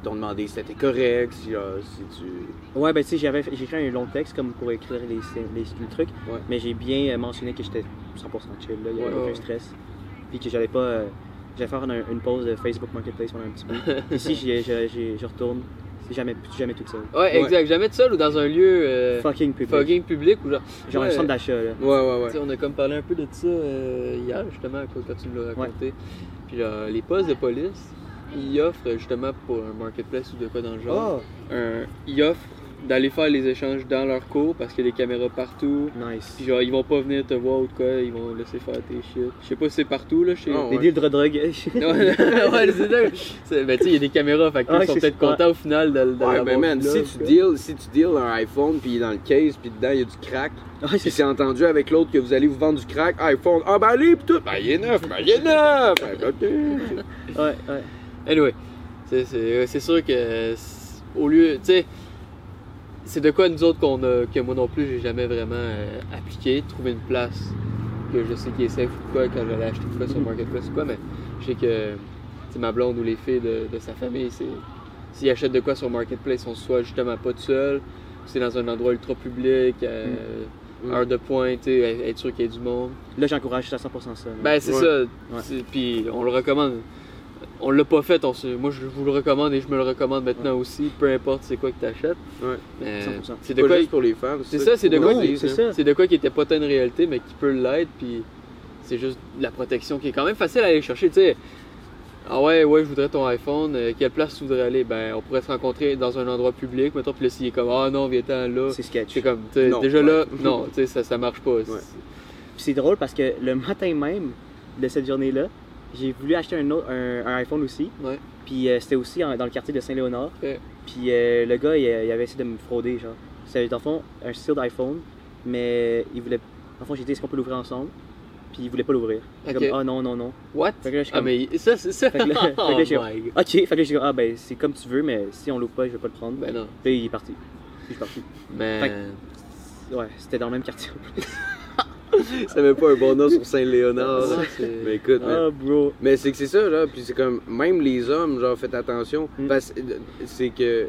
[SPEAKER 1] t'ont demandé si t'étais correct, si, genre, si tu...
[SPEAKER 2] Ouais, ben tu sais, j'avais, j'ai écrit un long texte comme pour écrire les, les, le truc,
[SPEAKER 1] Ouais.
[SPEAKER 2] mais j'ai bien euh, mentionné que j'étais 100% chill, là, il y avait
[SPEAKER 3] Ouais,
[SPEAKER 2] aucun
[SPEAKER 3] ouais.
[SPEAKER 2] stress, puis que j'allais pas, euh, j'allais faire un- une pause de Facebook Marketplace pendant un petit
[SPEAKER 3] (laughs)
[SPEAKER 2] peu. Ici, j'y- je, je, je retourne, c'est jamais, jamais toute seule.
[SPEAKER 3] Ouais, exact. Jamais tout seul ou dans un lieu euh,
[SPEAKER 2] Fucking public.
[SPEAKER 3] fucking public ou genre.
[SPEAKER 2] Genre un
[SPEAKER 3] Ouais.
[SPEAKER 2] centre d'achat là.
[SPEAKER 1] Ouais, ouais, ouais.
[SPEAKER 3] Tu sais, On a comme parlé un peu de ça euh, hier, justement, à cause quand tu me l'as raconté. Puis euh, les postes de police, ils offrent justement pour un marketplace ou de quoi dans le genre,
[SPEAKER 2] Oh,
[SPEAKER 3] un- ils offrent d'aller faire les échanges dans leur cours parce qu'il y a des caméras partout.
[SPEAKER 2] nice.
[SPEAKER 3] Puis genre, ils vont pas venir te voir ou de quoi, ils vont laisser faire tes shit. Je sais pas si c'est partout là, chez.
[SPEAKER 1] Non,
[SPEAKER 2] Les
[SPEAKER 1] Ah, ouais.
[SPEAKER 2] deals de (laughs) drogue.
[SPEAKER 3] (laughs) ouais, c'est ça. C'est- Ben, tu sais, il y a des caméras, fait qu'ils
[SPEAKER 2] Ouais,
[SPEAKER 3] sont
[SPEAKER 2] c'est-
[SPEAKER 3] peut-être contents au final de, de
[SPEAKER 1] Ah, Ouais,
[SPEAKER 3] l'avoir
[SPEAKER 1] ben man,
[SPEAKER 3] là,
[SPEAKER 1] si
[SPEAKER 3] ou
[SPEAKER 1] tu,
[SPEAKER 3] quoi.
[SPEAKER 1] deals, si tu deals un iPhone, puis il est dans le case, puis dedans, il y a du crack,
[SPEAKER 2] Ouais,
[SPEAKER 1] puis
[SPEAKER 2] c'est
[SPEAKER 1] c'est entendu avec l'autre que vous allez vous vendre du crack, iPhone, ah ben allez, puis tout, ben il est neuf, ben il est neuf! Ben, ok.
[SPEAKER 2] ça. Ouais, ouais.
[SPEAKER 3] Anyway, c'est- c'est c'est sûr que c'est- au lieu, tu sais, c'est de quoi nous autres qu'on a, que moi non plus j'ai jamais vraiment euh, appliqué, trouver une place que je sais qui est safe ou quoi quand j'allais acheter de quoi sur
[SPEAKER 2] Mhm.
[SPEAKER 3] marketplace ou quoi, mais je sais que tu sais, ma blonde ou les filles de, de sa famille, c'est s'ils achètent de quoi sur marketplace, on soit justement pas tout seul, c'est dans un endroit ultra public. euh,
[SPEAKER 1] Mhm.
[SPEAKER 3] Heure de pointe, tu sais, être sûr qu'il y ait du monde.
[SPEAKER 2] Là, j'encourage à 100% ça. là.
[SPEAKER 3] Ben c'est
[SPEAKER 1] Ouais.
[SPEAKER 3] ça. C'est- Puis on le recommande. On l'a pas fait, on se- moi je vous le recommande et je me le recommande maintenant aussi, peu importe c'est quoi que t'achètes.
[SPEAKER 1] Ouais.
[SPEAKER 3] Mais
[SPEAKER 2] 100%.
[SPEAKER 3] c'est de
[SPEAKER 1] C'est
[SPEAKER 3] quoi
[SPEAKER 1] pas juste pour les femmes,
[SPEAKER 3] c'est ça, c'est de
[SPEAKER 1] qu'on
[SPEAKER 3] quoi
[SPEAKER 1] leur
[SPEAKER 3] qui-
[SPEAKER 1] dise,
[SPEAKER 2] c'est
[SPEAKER 1] hein.
[SPEAKER 2] ça.
[SPEAKER 3] c'est de quoi qui était pas tant une réalité mais qui peut l'être puis c'est juste la protection qui est quand même facile à aller chercher, tu sais. Ah ouais, ouais, je voudrais ton iPhone, euh, quelle place tu voudrais aller Ben on pourrait se rencontrer dans un endroit public, mettons puis là s'il est comme ah non, viens-t'en là.
[SPEAKER 2] C'est sketch.
[SPEAKER 3] C'est comme tu sais,
[SPEAKER 1] Non,
[SPEAKER 3] déjà
[SPEAKER 1] ouais.
[SPEAKER 2] (laughs)
[SPEAKER 3] là, non, tu sais ça ça marche pas. C'est-
[SPEAKER 2] Puis c'est drôle parce que le matin même de cette journée-là, j'ai voulu acheter un, autre, un, un iPhone aussi.
[SPEAKER 3] Ouais.
[SPEAKER 2] Puis euh, c'était aussi en- dans le quartier de Saint-Léonard.
[SPEAKER 3] Ok.
[SPEAKER 2] Puis euh, le gars, il, il avait essayé de me frauder. genre. C'était dans le fond un style d'iPhone, mais il voulait. En fond, j'ai dit est-ce qu'on peut l'ouvrir ensemble Puis il voulait pas l'ouvrir. Il est
[SPEAKER 3] Ok.
[SPEAKER 2] Comme, ah non, non, non.
[SPEAKER 3] What
[SPEAKER 2] Fait que là, je suis
[SPEAKER 3] Ah
[SPEAKER 2] comme.
[SPEAKER 3] mais ça c'est ça.
[SPEAKER 2] Fait que
[SPEAKER 3] (laughs)
[SPEAKER 2] là- fait que là,
[SPEAKER 3] Oh
[SPEAKER 2] j'ai-
[SPEAKER 3] my God.
[SPEAKER 2] Ok, fait que là, j'ai dit ah ben c'est comme tu veux, mais si on l'ouvre pas, je vais pas le prendre.
[SPEAKER 3] Ben non.
[SPEAKER 2] Puis il est parti. Puis je suis parti. Fait
[SPEAKER 3] Mais.
[SPEAKER 2] Ouais, c'était dans le
[SPEAKER 1] (laughs)
[SPEAKER 2] même quartier.
[SPEAKER 1] Ça met pas un bon nom sur Saint-Léonard, là.
[SPEAKER 3] Non, c'est-
[SPEAKER 1] Mais Ben, écoute, man.
[SPEAKER 2] Ah, bro.
[SPEAKER 1] Mais c'est que c'est ça, là. Puis c'est comme, même les hommes, genre, faites attention.
[SPEAKER 2] Mm.
[SPEAKER 1] Parce que c'est que,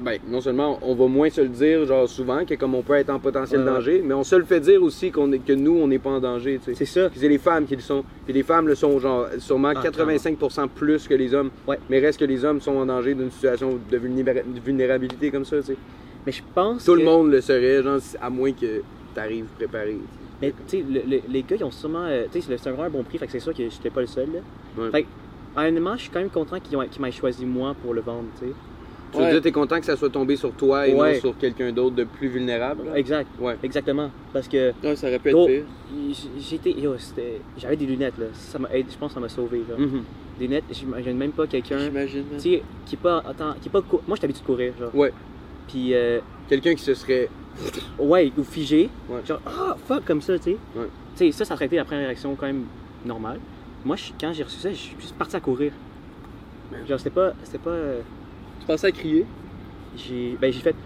[SPEAKER 1] ben, non seulement on va moins se le dire, genre, souvent, que comme on peut être en potentiel
[SPEAKER 2] Ouais, ouais.
[SPEAKER 1] danger, mais on se le fait dire aussi qu'on est, que nous, on n'est pas en danger, tu sais.
[SPEAKER 2] C'est ça.
[SPEAKER 1] Puis C'est les femmes qui le sont. Puis les femmes le sont, genre, sûrement
[SPEAKER 2] Ah,
[SPEAKER 1] 85% plus que les hommes.
[SPEAKER 2] Ouais.
[SPEAKER 1] Mais reste que les hommes sont en danger d'une situation de vulnéra- de vulnérabilité comme ça, tu sais.
[SPEAKER 2] Mais je pense.
[SPEAKER 1] Tout
[SPEAKER 2] que-
[SPEAKER 1] le monde le serait, genre, si- à moins que t'arrives préparé.
[SPEAKER 2] Mais tu sais, le- le- les gars, ils ont sûrement. euh, tu sais, c'est c'est vraiment un bon prix, fait que c'est sûr que j'étais pas le seul. Là.
[SPEAKER 1] Ouais.
[SPEAKER 2] Fait que, honnêtement, je suis quand même content qu'ils ont- qu'ils m'aient choisi moi pour le vendre, tu sais.
[SPEAKER 1] Tu veux
[SPEAKER 3] Ouais.
[SPEAKER 1] dire, t'es content que ça soit tombé sur toi et
[SPEAKER 2] Ouais.
[SPEAKER 1] non sur quelqu'un d'autre de plus vulnérable? là?
[SPEAKER 2] Exact,
[SPEAKER 1] Ouais.
[SPEAKER 2] exactement. Parce que
[SPEAKER 3] Ouais, ça aurait pu être
[SPEAKER 2] Gros.
[SPEAKER 3] pire.
[SPEAKER 2] j- j'étais. yo, c'était- J'avais des lunettes, là. Ça m'a aidé, je pense que ça m'a sauvé, là.
[SPEAKER 1] Mhm.
[SPEAKER 2] Des lunettes, j'imagine même pas quelqu'un.
[SPEAKER 3] J'imagine.
[SPEAKER 2] Tu sais, qui est pas. Attends, qui est pas. cou- Moi, j'étais habitué de courir, genre.
[SPEAKER 1] Ouais.
[SPEAKER 2] Puis, euh,
[SPEAKER 1] Quelqu'un qui se serait
[SPEAKER 2] Ouais, ou figé.
[SPEAKER 1] Ouais.
[SPEAKER 2] Genre, ah, fuck, comme ça, tu sais.
[SPEAKER 1] Ouais.
[SPEAKER 2] Tu sais, ça, ça aurait été la première réaction quand même normale. Moi, je- quand j'ai reçu ça, je suis juste parti à courir.
[SPEAKER 1] Man.
[SPEAKER 2] Genre, c'était pas. C'était pas. euh,
[SPEAKER 3] Tu pensais à crier.
[SPEAKER 2] J'ai. Ben, j'ai fait.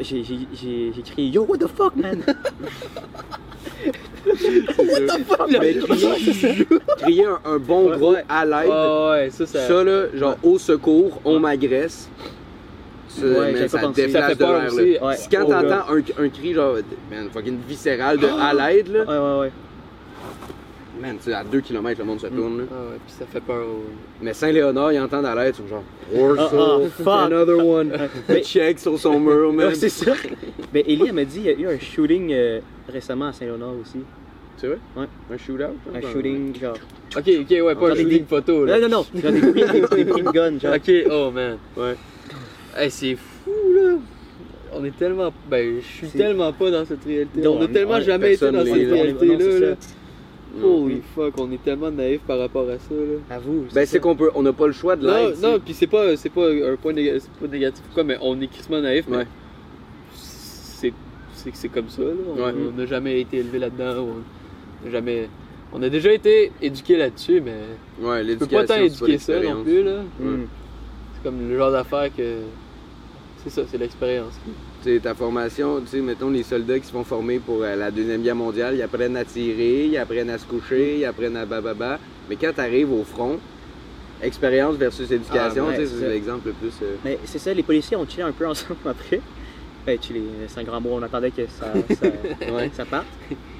[SPEAKER 2] J'ai, j'ai, j'ai, j'ai crié Yo, what the fuck, man!
[SPEAKER 1] C'est sûr. Mais crier, crier un, un bon
[SPEAKER 2] Ouais.
[SPEAKER 1] gros à l'aide,
[SPEAKER 3] Ah ouais, ça, ça,
[SPEAKER 1] ça là, genre au secours, on m'agresse. Ça,
[SPEAKER 2] Ouais,
[SPEAKER 1] man,
[SPEAKER 2] j'avais
[SPEAKER 1] ça
[SPEAKER 2] pas pensé.
[SPEAKER 1] déplace
[SPEAKER 3] ça fait
[SPEAKER 1] de l'air,
[SPEAKER 3] peur
[SPEAKER 1] là.
[SPEAKER 3] aussi.
[SPEAKER 2] Ouais.
[SPEAKER 1] Si quand
[SPEAKER 2] Oh, là.
[SPEAKER 1] t'entends un, un cri genre man, fucking viscéral de à l'aide là,
[SPEAKER 2] Ouais, ouais, ouais.
[SPEAKER 1] man, tu sais, à 2 km le monde se tourne là.
[SPEAKER 3] Ah ouais, puis ça fait peur. au-
[SPEAKER 1] Mais Saint-Léonard, ils entendent à l'aide, ils sont genre Warsaw,
[SPEAKER 2] Ah, ah, fuck.
[SPEAKER 1] another one.
[SPEAKER 2] Mais-
[SPEAKER 1] Le (laughs) check sur son mur, man.
[SPEAKER 2] Ouais, c'est ça. Ben, Ellie, elle m'a dit, il y a eu un shooting euh, récemment à Saint-Léonard aussi.
[SPEAKER 1] C'est vrai?
[SPEAKER 2] Ouais.
[SPEAKER 1] Un shootout?
[SPEAKER 2] Un shooting, genre.
[SPEAKER 3] Ok, ok, ouais, pas
[SPEAKER 2] Genre
[SPEAKER 3] un
[SPEAKER 2] des-
[SPEAKER 3] shooting photo.
[SPEAKER 2] Non,
[SPEAKER 3] Là.
[SPEAKER 2] non, non, genre des prix, des, des prix de gun, genre.
[SPEAKER 3] Ok, oh man.
[SPEAKER 1] Ouais.
[SPEAKER 3] Hey, c'est fou là. On est tellement. Ben, je suis
[SPEAKER 2] C'est-
[SPEAKER 3] tellement pas dans cette réalité.
[SPEAKER 2] Non,
[SPEAKER 3] on a
[SPEAKER 2] on-
[SPEAKER 3] tellement
[SPEAKER 2] on-
[SPEAKER 3] jamais été
[SPEAKER 1] personne
[SPEAKER 3] dans
[SPEAKER 1] l'est,
[SPEAKER 3] cette
[SPEAKER 1] là.
[SPEAKER 3] réalité
[SPEAKER 2] Non, c'est
[SPEAKER 3] là. là.
[SPEAKER 1] Non.
[SPEAKER 3] Holy fuck, on est tellement naïf par rapport à ça là.
[SPEAKER 2] À vous.
[SPEAKER 1] Ben c'est
[SPEAKER 2] ça.
[SPEAKER 1] qu'on peut, on n'a pas le choix de
[SPEAKER 3] Non,
[SPEAKER 1] l'aide.
[SPEAKER 3] non, puis c'est pas, c'est pas un point néga- c'est pas négatif ou quoi, mais on est crissement naïf, mais
[SPEAKER 1] Ouais.
[SPEAKER 3] c'est, c'est, c'est comme ça, là. On
[SPEAKER 1] Ouais.
[SPEAKER 3] on n'a jamais été élevé là-dedans, ou on n'a jamais... On a déjà été éduqué là-dessus, mais
[SPEAKER 1] tu sais. Ouais,
[SPEAKER 3] tu peux pas
[SPEAKER 1] l'éducation,
[SPEAKER 3] tant
[SPEAKER 1] c'est pas
[SPEAKER 3] éduquer ça non
[SPEAKER 1] l'expérience.
[SPEAKER 3] plus, là.
[SPEAKER 2] Mm.
[SPEAKER 3] C'est comme le genre d'affaire que... C'est ça, c'est l'expérience.
[SPEAKER 1] Tu sais, ta formation, tu sais, mettons les soldats qui se font former pour euh, la Deuxième Guerre mondiale, ils apprennent à tirer, ils apprennent à se coucher, ils apprennent à bababa. Mais quand tu arrives au front, expérience versus éducation,
[SPEAKER 2] Ah, ouais,
[SPEAKER 1] tu sais,
[SPEAKER 2] ça.
[SPEAKER 1] c'est l'exemple le plus. euh,
[SPEAKER 2] Mais c'est ça, les policiers ont chillé un peu ensemble (laughs) après. Ben, chillé, c'est un grand mot, on attendait que ça, ça,
[SPEAKER 1] Ouais.
[SPEAKER 2] que ça parte.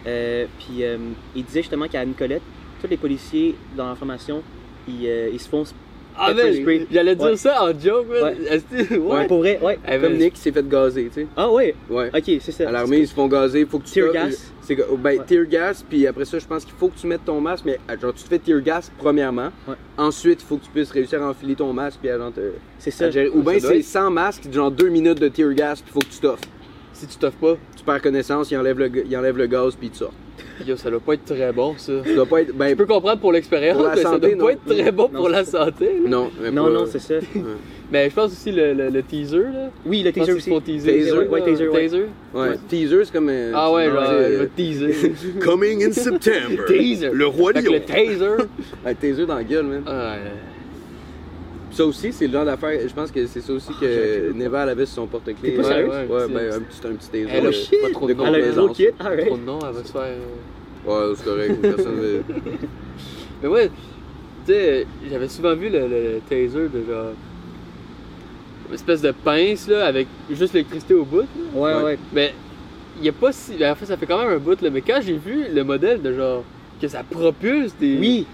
[SPEAKER 2] Euh, puis euh, il disait justement qu'à Nicolette, tous les policiers dans la formation, ils, euh, ils se font.
[SPEAKER 3] Ah,
[SPEAKER 2] Pepper
[SPEAKER 3] mais
[SPEAKER 2] spray.
[SPEAKER 3] j'allais dire
[SPEAKER 2] Ouais.
[SPEAKER 3] ça en joke, man. Est-ce que-
[SPEAKER 2] Ouais,
[SPEAKER 3] Ouais.
[SPEAKER 2] pour vrai, ouais.
[SPEAKER 3] Eh ben,
[SPEAKER 1] Comme Nick s'est fait gazer, tu sais.
[SPEAKER 2] Ah, ouais,
[SPEAKER 1] Ouais.
[SPEAKER 2] ok, c'est ça.
[SPEAKER 1] À l'armée, ils se font gazer, faut que tu
[SPEAKER 2] Tear
[SPEAKER 1] te-
[SPEAKER 2] gas.
[SPEAKER 1] C'est que- ben,
[SPEAKER 2] Ouais.
[SPEAKER 1] tear gas, puis après ça, je pense qu'il faut que tu mettes ton masque, mais euh, genre, tu te fais tear gas premièrement.
[SPEAKER 2] Ouais.
[SPEAKER 1] Ensuite, il faut que tu puisses réussir à enfiler ton masque, puis à, genre, te-
[SPEAKER 2] C'est
[SPEAKER 1] à
[SPEAKER 2] ça.
[SPEAKER 1] gérer. Ou
[SPEAKER 3] ça
[SPEAKER 1] bien
[SPEAKER 3] doit
[SPEAKER 1] c'est
[SPEAKER 3] être-
[SPEAKER 1] sans masque, genre deux minutes de tear gas, puis faut que tu t'offres.
[SPEAKER 3] Si tu t'offres pas,
[SPEAKER 1] Tu perds connaissance, il enlève le, g- il enlève le gaz, puis tu sors.
[SPEAKER 3] yo, ça doit pas être très bon, ça.
[SPEAKER 1] Tu dois pas être. Ben,
[SPEAKER 3] Je peux comprendre pour l'expérience,
[SPEAKER 1] Pour la
[SPEAKER 3] mais ça
[SPEAKER 1] santé,
[SPEAKER 3] doit pas
[SPEAKER 1] non.
[SPEAKER 3] être très bon
[SPEAKER 2] Non,
[SPEAKER 3] pour la
[SPEAKER 2] c'est
[SPEAKER 3] santé. là.
[SPEAKER 1] non, mais
[SPEAKER 2] Non,
[SPEAKER 1] pas-
[SPEAKER 2] non, c'est ça.
[SPEAKER 3] Mais je pense aussi le, le, le teaser, là.
[SPEAKER 2] Oui, le
[SPEAKER 3] Je pense
[SPEAKER 2] taser
[SPEAKER 3] qu'ils se
[SPEAKER 2] aussi. Oh,
[SPEAKER 3] font teaser.
[SPEAKER 1] Taser,
[SPEAKER 3] là.
[SPEAKER 2] ouais, taser, ouais.
[SPEAKER 3] Taser.
[SPEAKER 1] Ouais, teaser, c'est comme. euh,
[SPEAKER 3] Ah ouais,
[SPEAKER 1] tu
[SPEAKER 3] genre,
[SPEAKER 1] dis,
[SPEAKER 3] je
[SPEAKER 1] euh,
[SPEAKER 3] vais
[SPEAKER 2] (laughs)
[SPEAKER 3] teaser.
[SPEAKER 1] (laughs)
[SPEAKER 4] Coming in September.
[SPEAKER 3] Teaser.
[SPEAKER 4] Le roi
[SPEAKER 3] Fait que
[SPEAKER 4] lion.
[SPEAKER 3] le taser.
[SPEAKER 1] ouais, teaser dans la gueule, man.
[SPEAKER 3] Ah, ouais.
[SPEAKER 1] Ça aussi, c'est le genre d'affaire. Je pense que c'est ça aussi que Neval avait sur son porte-clés.
[SPEAKER 2] T'es pas
[SPEAKER 1] ouais,
[SPEAKER 2] sérieux?
[SPEAKER 1] ouais,
[SPEAKER 3] Ouais,
[SPEAKER 1] ben,
[SPEAKER 3] c'est-
[SPEAKER 1] un petit, un petit teaser.
[SPEAKER 3] Elle a
[SPEAKER 1] euh,
[SPEAKER 2] shit.
[SPEAKER 1] pas trop de
[SPEAKER 3] Elle
[SPEAKER 2] Ah, le gros
[SPEAKER 1] complaisance.
[SPEAKER 2] kit, ah, ouais.
[SPEAKER 3] Trop de noms, elle va se faire. euh,
[SPEAKER 1] Ouais, c'est correct. Personne veut.
[SPEAKER 3] Mais ouais, tu sais, j'avais souvent vu le, le taser de genre. Une espèce de pince, là, avec juste l'électricité au bout. là.
[SPEAKER 2] Ouais, ouais.
[SPEAKER 3] Mais il y a pas si. ben, En fait, ça fait quand même un bout, là. Mais quand j'ai vu le modèle de genre. Que ça propulse des.
[SPEAKER 2] Oui,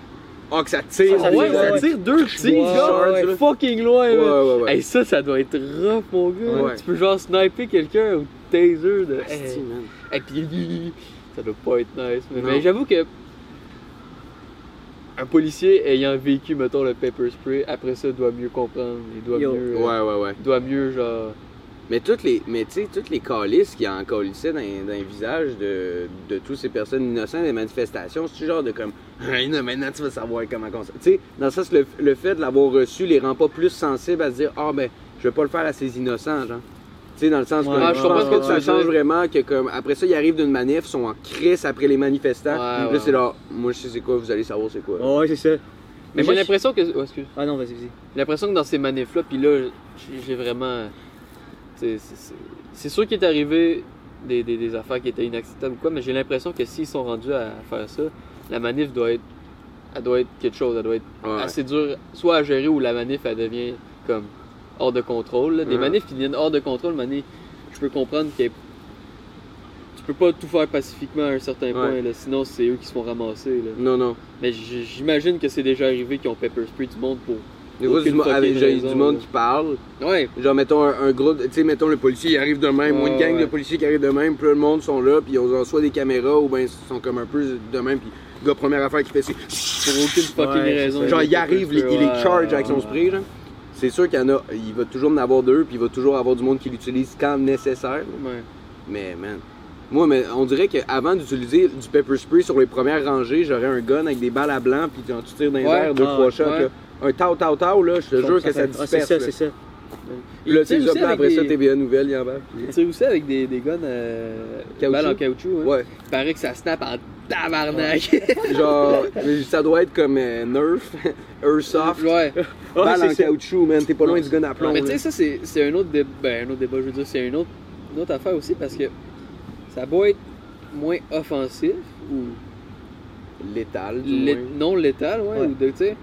[SPEAKER 1] Ah, que ça tire.
[SPEAKER 3] Ah ouais,
[SPEAKER 2] tire,
[SPEAKER 3] ça
[SPEAKER 2] ouais.
[SPEAKER 3] tire deux tirs,
[SPEAKER 2] Ouais,
[SPEAKER 3] genre,
[SPEAKER 1] ouais.
[SPEAKER 3] fucking loin,
[SPEAKER 1] Ouais,
[SPEAKER 3] man.
[SPEAKER 1] ouais, ouais.
[SPEAKER 3] Hey, ça, ça doit être rough, mon gars.
[SPEAKER 1] Ouais.
[SPEAKER 3] Tu peux genre sniper quelqu'un au taser de.
[SPEAKER 1] Asti,
[SPEAKER 3] Hey,
[SPEAKER 1] man.
[SPEAKER 3] hey, puis- ça doit pas être nice. Mais,
[SPEAKER 1] Non.
[SPEAKER 3] mais j'avoue que. Un policier ayant vécu, mettons, le pepper spray, après ça, doit mieux comprendre. Il doit
[SPEAKER 2] Yo.
[SPEAKER 3] mieux.
[SPEAKER 1] Ouais, ouais, ouais.
[SPEAKER 3] il doit mieux, genre.
[SPEAKER 1] Mais toutes les, mais tu sais, toutes les calices qui en calissaient dans, dans les visages de, de toutes ces personnes innocentes des manifestations, c'est genre de comme, hey, non, maintenant tu vas savoir comment on s'en- Tu sais, dans le sens, le, le fait de l'avoir reçu les rend pas plus sensibles à se dire, ah, ben, je vais pas le faire à ces innocents, genre. Tu sais, dans le sens
[SPEAKER 2] Ouais,
[SPEAKER 1] comme,
[SPEAKER 2] ah, je
[SPEAKER 1] je
[SPEAKER 2] comprends
[SPEAKER 1] pense
[SPEAKER 2] ce
[SPEAKER 1] pas
[SPEAKER 2] que
[SPEAKER 1] que
[SPEAKER 2] tu
[SPEAKER 1] ça
[SPEAKER 3] veux
[SPEAKER 1] change
[SPEAKER 3] dire.
[SPEAKER 1] vraiment que comme après ça ils arrivent d'une manif, sont en crise après les manifestants.
[SPEAKER 3] Ouais,
[SPEAKER 1] là
[SPEAKER 3] ouais,
[SPEAKER 1] c'est
[SPEAKER 3] ouais.
[SPEAKER 1] là, moi je sais c'est quoi, vous allez savoir c'est quoi.
[SPEAKER 2] Oh, Ouais, ouais, c'est ça.
[SPEAKER 3] Mais,
[SPEAKER 2] moi,
[SPEAKER 3] j'ai
[SPEAKER 2] je-
[SPEAKER 3] l'impression que. oh, excuse.
[SPEAKER 2] Ah non, vas-y, vas-y.
[SPEAKER 3] J'ai l'impression que dans ces manifs-là, puis là, j'ai- j'ai vraiment. c'est- c'est- c'est- C'est sûr qu'il est arrivé des, des- des affaires qui étaient inacceptables ou quoi, mais j'ai l'impression que s'ils sont rendus à faire ça, la manif doit être. Elle doit être quelque chose, elle doit être
[SPEAKER 1] Ouais, ouais.
[SPEAKER 3] assez dure, soit à gérer ou la manif, elle devient comme hors de contrôle. là. Des
[SPEAKER 1] Ouais.
[SPEAKER 3] manifs qui deviennent hors de contrôle, mané, je peux comprendre que tu peux pas tout faire pacifiquement à un certain point, là, sinon c'est eux qui se font ramasser. là.
[SPEAKER 1] Non, non.
[SPEAKER 3] Mais j- j'imagine que c'est déjà arrivé qu'ils ont pepper spray du monde pour.
[SPEAKER 1] Des fois, c'est du, mo-
[SPEAKER 3] fucking
[SPEAKER 1] avec- j'ai du
[SPEAKER 3] raison,
[SPEAKER 1] monde
[SPEAKER 3] là.
[SPEAKER 1] qui parle.
[SPEAKER 3] Ouais,
[SPEAKER 1] Genre, mettons un, un groupe, tu sais, mettons le policier, il arrive de même, ou
[SPEAKER 3] Ouais,
[SPEAKER 1] une gang de
[SPEAKER 3] ouais.
[SPEAKER 1] policiers qui arrivent de même, puis là, le monde sont là, puis ils ont soit des caméras, ou ben ils sont comme un peu de même, puis le gars, première affaire qu'il fait, c'est.
[SPEAKER 3] pour aucune fucking
[SPEAKER 2] Ouais,
[SPEAKER 3] raison.
[SPEAKER 2] c'est ça.
[SPEAKER 1] Genre, il arrive, il, il les charge avec son
[SPEAKER 3] Ouais.
[SPEAKER 1] spray, genre. C'est sûr qu'il y en a, il va toujours en avoir deux, puis il va toujours avoir du monde qui l'utilise quand nécessaire.
[SPEAKER 3] Ouais.
[SPEAKER 1] Mais, man. Moi, mais on dirait qu'avant d'utiliser du pepper spray sur les premières rangées, j'aurais un gun avec des balles à blanc, puis genre, tu tires dans les
[SPEAKER 3] Ouais.
[SPEAKER 1] airs, deux,
[SPEAKER 2] Ah,
[SPEAKER 1] trois shots,
[SPEAKER 3] ouais.
[SPEAKER 1] là. Un tau, tau, tau, là, je te jure que ça
[SPEAKER 2] Ah, c'est
[SPEAKER 1] disperse.
[SPEAKER 2] ça,
[SPEAKER 1] là.
[SPEAKER 2] c'est ça.
[SPEAKER 1] Puis là,
[SPEAKER 3] tire
[SPEAKER 1] tu les as
[SPEAKER 3] aussi
[SPEAKER 1] pas
[SPEAKER 3] avec
[SPEAKER 1] après ça,
[SPEAKER 3] des-
[SPEAKER 1] TVA Nouvelle, il en bas.
[SPEAKER 3] Il tire aussi avec des, des guns euh,
[SPEAKER 1] Caoutchouc?
[SPEAKER 3] balles en caoutchouc. hein.
[SPEAKER 1] Ouais.
[SPEAKER 3] Il paraît que ça snap en tabarnak. (laughs)
[SPEAKER 1] Genre, ça doit être comme euh, Nerf, (laughs) Airsoft, (laughs)
[SPEAKER 3] ouais.
[SPEAKER 2] Ah,
[SPEAKER 1] balle
[SPEAKER 2] c'est
[SPEAKER 1] en
[SPEAKER 2] ça.
[SPEAKER 1] caoutchouc, man. T'es pas loin du gun à plomb.
[SPEAKER 3] Mais tu
[SPEAKER 1] là.
[SPEAKER 3] sais, ça, c'est c'est un autre débat. Ben, un autre débat, je veux dire, c'est une autre, une autre affaire aussi parce que ça doit être moins offensif ou
[SPEAKER 1] Létal, du
[SPEAKER 3] lé-
[SPEAKER 1] moins.
[SPEAKER 3] non létal, ouais.
[SPEAKER 1] Ouais.
[SPEAKER 3] Ou de, tu sais.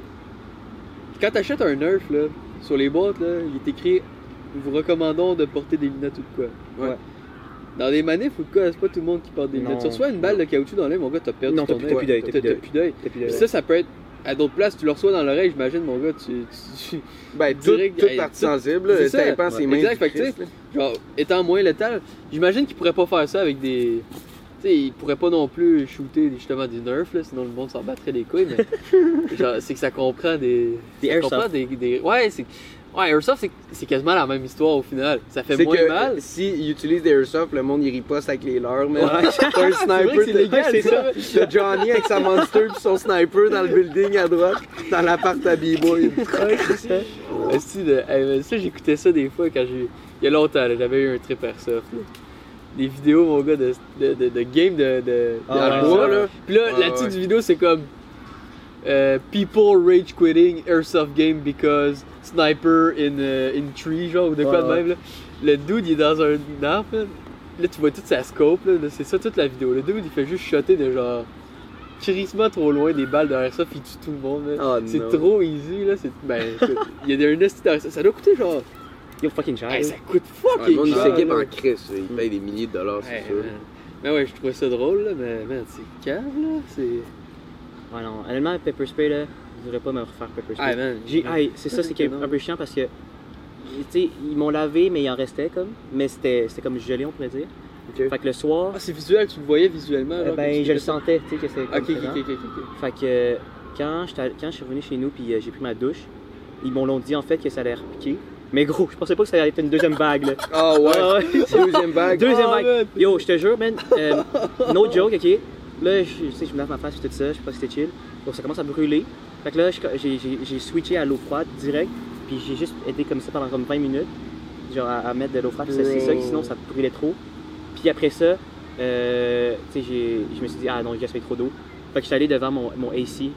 [SPEAKER 3] Quand t'achètes un Nerf, là, sur les boîtes, là, il est écrit Nous vous recommandons de porter des lunettes ou de quoi.
[SPEAKER 1] Ouais.
[SPEAKER 3] Dans des manifs ou de quoi, c'est pas tout le monde qui porte des
[SPEAKER 2] Non.
[SPEAKER 3] lunettes. Tu reçois une balle de caoutchouc dans l'œil, mon gars, t'as perdu
[SPEAKER 2] Non, t'as
[SPEAKER 3] ton
[SPEAKER 2] plus- t'as
[SPEAKER 3] œil.
[SPEAKER 2] plus d'œil, t'as plus
[SPEAKER 3] T'as
[SPEAKER 2] d'œil.
[SPEAKER 3] plus d'œil.
[SPEAKER 2] Et puis,
[SPEAKER 3] Puis
[SPEAKER 2] euh,
[SPEAKER 3] ça, ça peut être à d'autres places, tu le reçois dans l'oreille, j'imagine, mon gars, tu- tu, tu
[SPEAKER 1] Ben, tout,
[SPEAKER 3] Direct,
[SPEAKER 1] toute
[SPEAKER 3] hey,
[SPEAKER 1] partie
[SPEAKER 3] tout-
[SPEAKER 1] sensible, là,
[SPEAKER 3] c'est
[SPEAKER 1] le
[SPEAKER 3] ça.
[SPEAKER 1] tympan, ses
[SPEAKER 3] Ouais.
[SPEAKER 1] mains. puis
[SPEAKER 3] Exact, fait que
[SPEAKER 1] Christ, là.
[SPEAKER 3] (laughs) genre, étant moins létal, j'imagine qu'ils pourraient pas faire ça avec des. Tu sais, ils pourraient pas non plus shooter justement des nerfs, là, sinon le monde s'en battrait les couilles, mais.
[SPEAKER 2] (laughs)
[SPEAKER 3] genre, c'est que ça comprend des.
[SPEAKER 2] Des
[SPEAKER 3] ça
[SPEAKER 2] airsoft.
[SPEAKER 3] comprend des, des- Ouais, c'est. Ouais, Airsoft, c'est- c'est quasiment la même histoire au final. Ça fait
[SPEAKER 1] C'est
[SPEAKER 3] moins
[SPEAKER 1] que
[SPEAKER 3] mal.
[SPEAKER 1] s'ils utilisent des airsoft, le monde il riposte avec les leurs, mais
[SPEAKER 2] Ouais.
[SPEAKER 1] (laughs) t'as un
[SPEAKER 3] vrai que
[SPEAKER 1] sniper,
[SPEAKER 3] c'est
[SPEAKER 1] t'as-
[SPEAKER 3] légal,
[SPEAKER 1] t'as-
[SPEAKER 3] ça.
[SPEAKER 1] (laughs) T'as Johnny avec sa monster puis son sniper dans le building à droite, dans l'appart à
[SPEAKER 3] (laughs)
[SPEAKER 1] B-Boy.
[SPEAKER 3] Esti de- hey, mais ça, j'écoutais ça des fois quand j'ai. Il y a longtemps, là, j'avais eu un trip Airsoft. là. Des vidéos, mon gars, de, de, de, de game de, de, de
[SPEAKER 2] Ah,
[SPEAKER 1] ouais,
[SPEAKER 3] dans le bois,
[SPEAKER 1] ça,
[SPEAKER 3] là.
[SPEAKER 1] ouais.
[SPEAKER 3] Puis là,
[SPEAKER 1] Ouais,
[SPEAKER 3] la petite
[SPEAKER 1] ouais.
[SPEAKER 3] vidéo, c'est comme. euh, people rage quitting airsoft game because sniper in, euh, in tree, genre, ou de
[SPEAKER 2] Ouais,
[SPEAKER 3] quoi de
[SPEAKER 2] ouais.
[SPEAKER 3] même, là. Le dude, il est dans un arbre, là. Là, tu vois toute sa scope, là. Là, C'est ça, toute la vidéo. Le dude, il fait juste shotter de genre. Chirissement trop loin des balles de airsoft, il tue tout le monde, là.
[SPEAKER 1] Oh
[SPEAKER 3] C'est
[SPEAKER 1] non.
[SPEAKER 3] trop easy là, c'est. Ben, (laughs) écoute, il y a un esti d'argent. Ça doit coûter genre.
[SPEAKER 2] Yo, fucking cher.
[SPEAKER 3] Hey,
[SPEAKER 2] là.
[SPEAKER 3] ça coûte
[SPEAKER 1] Ouais, le
[SPEAKER 3] fucking
[SPEAKER 1] monde il
[SPEAKER 3] cher,
[SPEAKER 1] s'équipe
[SPEAKER 3] là.
[SPEAKER 1] en crise, il paye des milliers de dollars, c'est
[SPEAKER 3] Ouais,
[SPEAKER 1] sûr.
[SPEAKER 3] man. Mais ouais, je trouvais ça drôle là, mais man, c'est cave là, c'est.
[SPEAKER 2] Ouais, non. Honnêtement, Pepper Spray, là, je voudrais pas me refaire Pepper Spray.
[SPEAKER 3] Ah, man.
[SPEAKER 2] J'ai- ah, c'est ça, c'est qui est un peu chiant parce que, tu sais, ils m'ont lavé, mais il en restait comme. Mais c'était c'était comme gelé, on pourrait dire.
[SPEAKER 1] Ok.
[SPEAKER 2] Fait que le soir,
[SPEAKER 3] Ah, c'est visuel, tu le voyais visuellement.
[SPEAKER 2] euh,
[SPEAKER 3] genre, comme
[SPEAKER 2] ben,
[SPEAKER 3] si
[SPEAKER 2] je le
[SPEAKER 3] t'étais-
[SPEAKER 2] sentais, tu sais, que c'était.
[SPEAKER 3] Ok,
[SPEAKER 2] comme
[SPEAKER 3] ok,
[SPEAKER 2] présent.
[SPEAKER 3] ok, ok, ok.
[SPEAKER 2] Fait que euh, quand, j'étais allé- quand je suis revenu chez nous puis euh, j'ai pris ma douche, ils m'ont l'ont dit en fait que ça allait repiquer. Mais gros, je pensais pas que ça allait être une deuxième vague. Là.
[SPEAKER 1] Ah
[SPEAKER 2] Ah
[SPEAKER 1] ouais,
[SPEAKER 2] ouais.
[SPEAKER 1] deuxième vague.
[SPEAKER 2] Deuxième
[SPEAKER 3] Ah,
[SPEAKER 2] vague.
[SPEAKER 3] man.
[SPEAKER 2] Yo, je te jure, man, euh, no joke, ok. Là, je, tu sais, je me lave ma face, puis tout ça, je sais pas si c'était chill. Donc ça commence à brûler. Fait que là, je- j'ai- j'ai j'ai switché à l'eau froide direct, puis j'ai juste été comme ça pendant comme 20 minutes, genre à, à mettre de l'eau froide, puis ça, c'est ça,
[SPEAKER 3] Bro.
[SPEAKER 2] sinon ça brûlait trop. Puis après ça, euh, tu sais, j'ai- je me suis dit, ah non, j'ai gaspillé trop d'eau. Fait que j'étais allé devant mon, mon AC,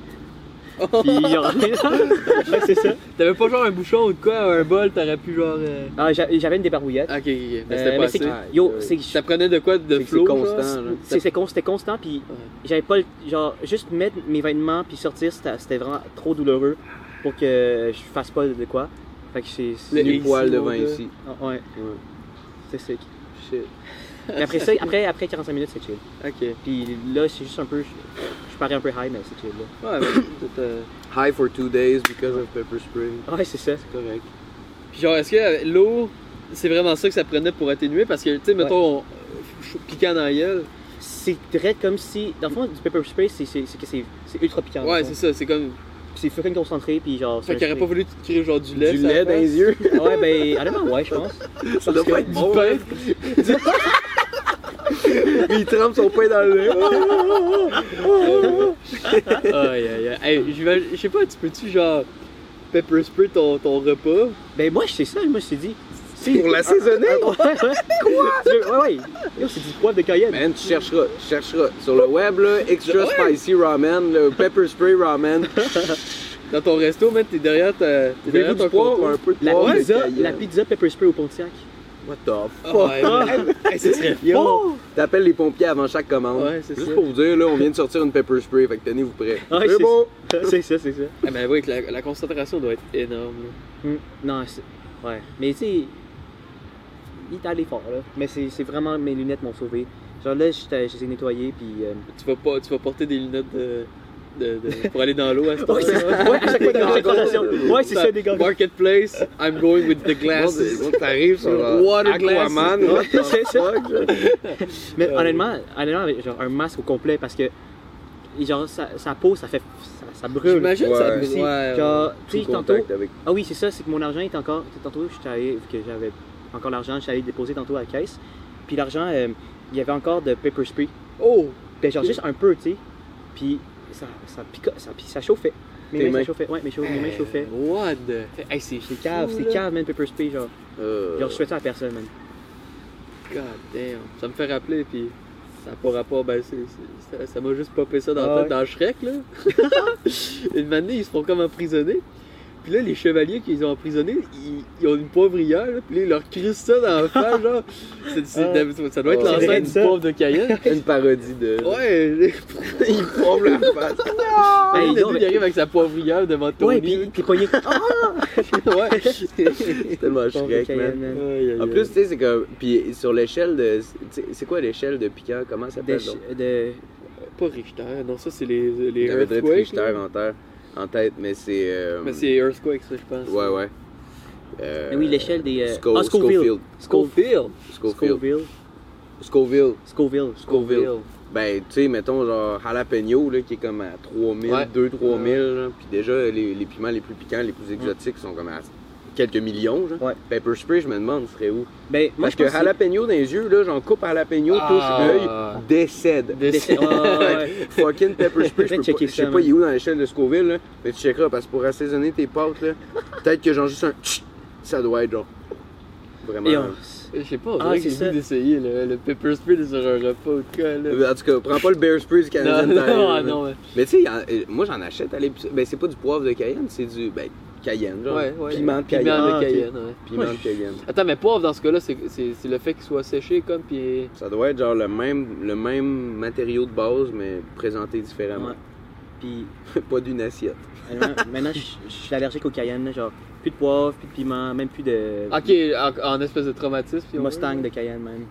[SPEAKER 2] puis il y (laughs) aura- Ouais, c'est ça.
[SPEAKER 3] T'avais pas genre un bouchon ou de quoi, un bol, t'aurais pu genre. euh,
[SPEAKER 2] Ah, j'a- j'avais une débarouillette.
[SPEAKER 3] Ok, ok, ok, mais
[SPEAKER 2] Euh,
[SPEAKER 3] c'était
[SPEAKER 2] mais
[SPEAKER 3] pas
[SPEAKER 2] c'est-
[SPEAKER 3] assez.
[SPEAKER 2] Yo,
[SPEAKER 1] Ouais.
[SPEAKER 2] c'est
[SPEAKER 3] Ça Ah, prenait de quoi de
[SPEAKER 1] C'est que
[SPEAKER 3] flow
[SPEAKER 1] c'est
[SPEAKER 3] genre?
[SPEAKER 1] constant, là.
[SPEAKER 2] c'est- c'est con- c'était constant, puis j'avais pas le. Genre, juste mettre mes vêtements puis sortir, c'était c'était vraiment trop douloureux pour que je fasse pas de quoi. Fait que c'est. c'est-
[SPEAKER 1] Les
[SPEAKER 3] ici,
[SPEAKER 1] poils
[SPEAKER 3] mon
[SPEAKER 1] devant
[SPEAKER 3] gars.
[SPEAKER 1] ici.
[SPEAKER 2] Ah, ouais,
[SPEAKER 1] Ouais.
[SPEAKER 2] c'est sick.
[SPEAKER 1] Shit.
[SPEAKER 2] Mais après ça, après, après 45 minutes, c'est chill.
[SPEAKER 3] Ok. Ouais,
[SPEAKER 2] Puis là, c'est juste un peu. Je, je parais un peu high, mais c'est chill. Là.
[SPEAKER 3] mais (coughs) euh, t'as- t'as-
[SPEAKER 1] High for two days because of pepper spray.
[SPEAKER 2] Ah Ouais, c'est ça.
[SPEAKER 1] C'est correct.
[SPEAKER 3] Puis genre, est-ce que euh, l'eau, c'est vraiment ça que ça prenait pour atténuer? Parce que, tu sais, mettons, on- euh, piquant dans la gueule.
[SPEAKER 2] C'est direct comme si. Dans le fond, du pepper spray, c'est c'est- c'est que c'est c'est ultra
[SPEAKER 1] Ah,
[SPEAKER 2] piquant. dans
[SPEAKER 3] Ouais,
[SPEAKER 2] le fond.
[SPEAKER 3] c'est ça, c'est comme.
[SPEAKER 2] Puis c'est fucking concentré, puis genre.
[SPEAKER 3] Fait
[SPEAKER 2] ça-
[SPEAKER 3] qu'il aurait pas voulu te tirer genre du lait.
[SPEAKER 1] Du
[SPEAKER 3] sur la
[SPEAKER 1] lait dans
[SPEAKER 3] face.
[SPEAKER 1] les yeux. Oh,
[SPEAKER 2] Ouais, ben, honnêtement, ouais, je pense.
[SPEAKER 1] Ça doit pas être
[SPEAKER 3] Du
[SPEAKER 1] bon. hein.
[SPEAKER 3] pain.
[SPEAKER 1] Il trempe son pain dans le lait. (laughs)
[SPEAKER 3] (laughs) Aïe, aïe, aïe. Hey, j'imagine- je sais pas, tu peux-tu genre pepper spray ton, ton repas?
[SPEAKER 2] Ben, moi, c'est ça, je me suis dit. c'est-
[SPEAKER 1] Pour l'assaisonner.
[SPEAKER 2] Ouais, ouais. Quoi? Ouais, ouais. Yo, c'est du poivre de Cayenne.
[SPEAKER 1] Man, tu chercheras, tu chercheras. Sur le web, là, extra spicy ramen, le pepper spray (laughs) ramen.
[SPEAKER 3] Dans ton resto, man, t'es derrière ta. T'es derrière
[SPEAKER 1] Voulez-vous
[SPEAKER 3] ton
[SPEAKER 1] du poivre ou
[SPEAKER 3] comptoir.
[SPEAKER 1] un peu de
[SPEAKER 2] La
[SPEAKER 1] poivre?
[SPEAKER 2] pizza,
[SPEAKER 1] Cayenne.
[SPEAKER 2] la pizza pepper spray au Pontiac.
[SPEAKER 1] What the
[SPEAKER 3] Ah,
[SPEAKER 1] fuck? (laughs)
[SPEAKER 3] ouais, man. Hey, ce serait
[SPEAKER 2] Yo!
[SPEAKER 1] T'appelles les pompiers avant chaque commande.
[SPEAKER 3] Ouais, c'est
[SPEAKER 1] Juste
[SPEAKER 3] ça.
[SPEAKER 1] pour vous dire, là, on vient de sortir une pepper spray, fait que tenez-vous prêts.
[SPEAKER 2] Ouais,
[SPEAKER 1] c'est
[SPEAKER 2] c'est
[SPEAKER 1] bon!
[SPEAKER 2] c'est ça, c'est ça.
[SPEAKER 3] Ah, ben oui, que la, la concentration doit être énorme. là.
[SPEAKER 2] Hmm. Non, c'est... Ouais. Mais tu sais, il est allé fort, là. Mais c'est c'est vraiment, mes lunettes m'ont sauvé. Genre là, je t'ai- je les ai nettoyées, puis... euh,
[SPEAKER 3] Tu vas, pas, tu vas porter des lunettes de, de- de- pour aller dans l'eau à ce
[SPEAKER 1] (laughs)
[SPEAKER 2] Ouais, c'est
[SPEAKER 3] temps-là.
[SPEAKER 2] ouais, à chaque fois dans la décoration. Ouais, c'est ça, des gars.
[SPEAKER 3] Marketplace, I'm going with the glasses.
[SPEAKER 1] Bon, T'arrives sur euh,
[SPEAKER 3] Water glasses.
[SPEAKER 1] Aquaman, what the
[SPEAKER 2] (laughs) C'est ça.
[SPEAKER 1] fuck? (laughs)
[SPEAKER 2] Mais
[SPEAKER 3] Euh,
[SPEAKER 2] honnêtement, honnêtement, avec, genre un masque au complet, parce que... et Genre, sa, sa peau, ça fait... Ça, ça brûle.
[SPEAKER 3] J'imagine
[SPEAKER 1] Ouais.
[SPEAKER 3] ça.
[SPEAKER 2] Aussi,
[SPEAKER 3] ouais,
[SPEAKER 2] genre, tu
[SPEAKER 1] Tout
[SPEAKER 2] sais, tantôt,
[SPEAKER 1] contact avec.
[SPEAKER 2] Ah oui, c'est ça, c'est que mon argent est encore. tu sais, Tantôt, je suis allé, vu que j'avais encore l'argent, je suis allé le déposer tantôt à la caisse. Puis l'argent, euh, il y avait encore de paper spray.
[SPEAKER 3] Oh!
[SPEAKER 2] Ben, genre juste un peu, tu sais. Puis ça, ça, pica- ça, pi- ça chauffait. Mes
[SPEAKER 1] Tes
[SPEAKER 2] mains, ça
[SPEAKER 1] mains.
[SPEAKER 2] chauffait. Ouais, mes, chauffes, mes mains chauffaient.
[SPEAKER 3] What the... Hey, c'est
[SPEAKER 2] C'est cave, c'est
[SPEAKER 3] là.
[SPEAKER 2] cave, man, Pepper Spray, genre.
[SPEAKER 1] Euh,
[SPEAKER 2] Genre, je souhaite ça à personne, man.
[SPEAKER 3] God damn. Ça me fait rappeler, puis ça n'a pas rapport. Ben, c'est- c'est- ça- ça m'a juste popé ça dans
[SPEAKER 2] Ah
[SPEAKER 3] la
[SPEAKER 2] ouais.
[SPEAKER 3] tête dans Shrek, là. (laughs) Une manée, ils se font comme emprisonner. Puis là, les chevaliers qu'ils ont emprisonnés, ils, ils ont une poivrière, là, puis là, ils leur crissent ça dans
[SPEAKER 2] (laughs)
[SPEAKER 3] la face, genre. C'est- c'est- ça doit être
[SPEAKER 1] Ah. C'est
[SPEAKER 2] vrai,
[SPEAKER 3] l'ancêtre du
[SPEAKER 2] ça.
[SPEAKER 3] pauvre
[SPEAKER 2] (laughs)
[SPEAKER 3] de Cayenne.
[SPEAKER 1] Une parodie de. (laughs)
[SPEAKER 3] Ouais,
[SPEAKER 1] Il pompe la face.
[SPEAKER 2] Hey, non,
[SPEAKER 3] le dude,
[SPEAKER 2] mais-
[SPEAKER 3] il arrive avec sa poivrière devant Tony.
[SPEAKER 2] Ouais, puis, Ah,
[SPEAKER 1] (laughs)
[SPEAKER 2] puis pogné.
[SPEAKER 3] ouais.
[SPEAKER 1] C'est (laughs) tellement
[SPEAKER 2] Pauvre
[SPEAKER 1] Shrek,
[SPEAKER 2] Cayenne,
[SPEAKER 1] man.
[SPEAKER 2] man.
[SPEAKER 1] En plus, tu sais, c'est comme. Puis sur l'échelle de. tu sais, C'est quoi l'échelle de piquant Comment ça
[SPEAKER 2] Des
[SPEAKER 1] s'appelle donc?
[SPEAKER 2] ch- de-
[SPEAKER 3] pas Richter, non, ça c'est les, les
[SPEAKER 1] J'avais très
[SPEAKER 3] Earthquakes.
[SPEAKER 1] Richter
[SPEAKER 3] là.
[SPEAKER 1] en, terre- en tête, mais c'est. euh,
[SPEAKER 3] Mais c'est Earthquakes, ça, je pense.
[SPEAKER 1] Ouais, ouais. Euh,
[SPEAKER 2] Mais oui, l'échelle des. euh,
[SPEAKER 1] Sco-
[SPEAKER 2] ah, Scoville.
[SPEAKER 1] Schofield.
[SPEAKER 3] Schofield.
[SPEAKER 1] Schofield.
[SPEAKER 2] Scoville.
[SPEAKER 1] Scoville.
[SPEAKER 2] Scoville.
[SPEAKER 1] Scoville. Ben, tu sais, mettons genre jalapeno, là, qui est comme à 3000,
[SPEAKER 3] Ouais.
[SPEAKER 1] 2 3000 là. Puis déjà, les, les piments les plus piquants, les plus exotiques sont comme à quelques millions, genre.
[SPEAKER 2] Ouais.
[SPEAKER 1] Pepper spray, je me demande, serait où?
[SPEAKER 2] Ben, moi,
[SPEAKER 1] Parce
[SPEAKER 2] je pense
[SPEAKER 1] que
[SPEAKER 2] que c'est-
[SPEAKER 1] jalapeno dans les yeux, là, j'en coupe jalapeno,
[SPEAKER 3] Ah.
[SPEAKER 1] touche l'œil, décède. (laughs)
[SPEAKER 3] Des-
[SPEAKER 2] Ouais, ouais, ouais.
[SPEAKER 1] Fucking
[SPEAKER 3] (laughs)
[SPEAKER 1] pepper spray, je,
[SPEAKER 2] Peut-être
[SPEAKER 1] peux pas,
[SPEAKER 2] checker
[SPEAKER 1] je sais
[SPEAKER 2] ça,
[SPEAKER 1] pas
[SPEAKER 2] man.
[SPEAKER 1] il est où dans l'échelle de Scoville, là, mais tu checkeras parce que pour assaisonner tes pâtes, là, peut-être que genre juste un tchit, ça doit être genre vraiment.
[SPEAKER 2] Et on-
[SPEAKER 3] Je sais pas, on
[SPEAKER 2] Ah,
[SPEAKER 3] dirait que
[SPEAKER 2] c'est
[SPEAKER 3] j'ai
[SPEAKER 2] ça.
[SPEAKER 3] envie d'essayer le, le pepper spray sur un repas ou de quoi, là.
[SPEAKER 1] En tout cas, prends pas le bear spray du Canadian
[SPEAKER 3] Non,
[SPEAKER 1] Tire,
[SPEAKER 3] non,
[SPEAKER 1] là.
[SPEAKER 3] ah, non, ouais.
[SPEAKER 1] Mais tu sais, il y en- euh, moi j'en achète à l'épicerie. Ben c'est pas du poivre de Cayenne, c'est du ben, Cayenne, genre.
[SPEAKER 3] Ouais, ouais.
[SPEAKER 1] Piment de
[SPEAKER 3] Piment
[SPEAKER 1] Cayenne.
[SPEAKER 2] Ah,
[SPEAKER 3] de
[SPEAKER 2] ok.
[SPEAKER 3] Cayenne, ouais.
[SPEAKER 1] Piment de Cayenne.
[SPEAKER 3] Attends, mais poivre dans ce cas-là, c'est- c'est c'est le fait qu'il soit séché comme, puis.
[SPEAKER 1] Ça doit être genre le même, le même matériau de base, mais présenté différemment.
[SPEAKER 2] Ouais. Puis,
[SPEAKER 1] (laughs) pas d'une assiette.
[SPEAKER 2] maintenant, maintenant, je je suis allergique au cayenne, là, genre. Plus de poivre, plus de piment, même plus de.
[SPEAKER 3] Ok, en, en espèce de traumatisme. puis on-
[SPEAKER 2] Mustang de Cayenne, même.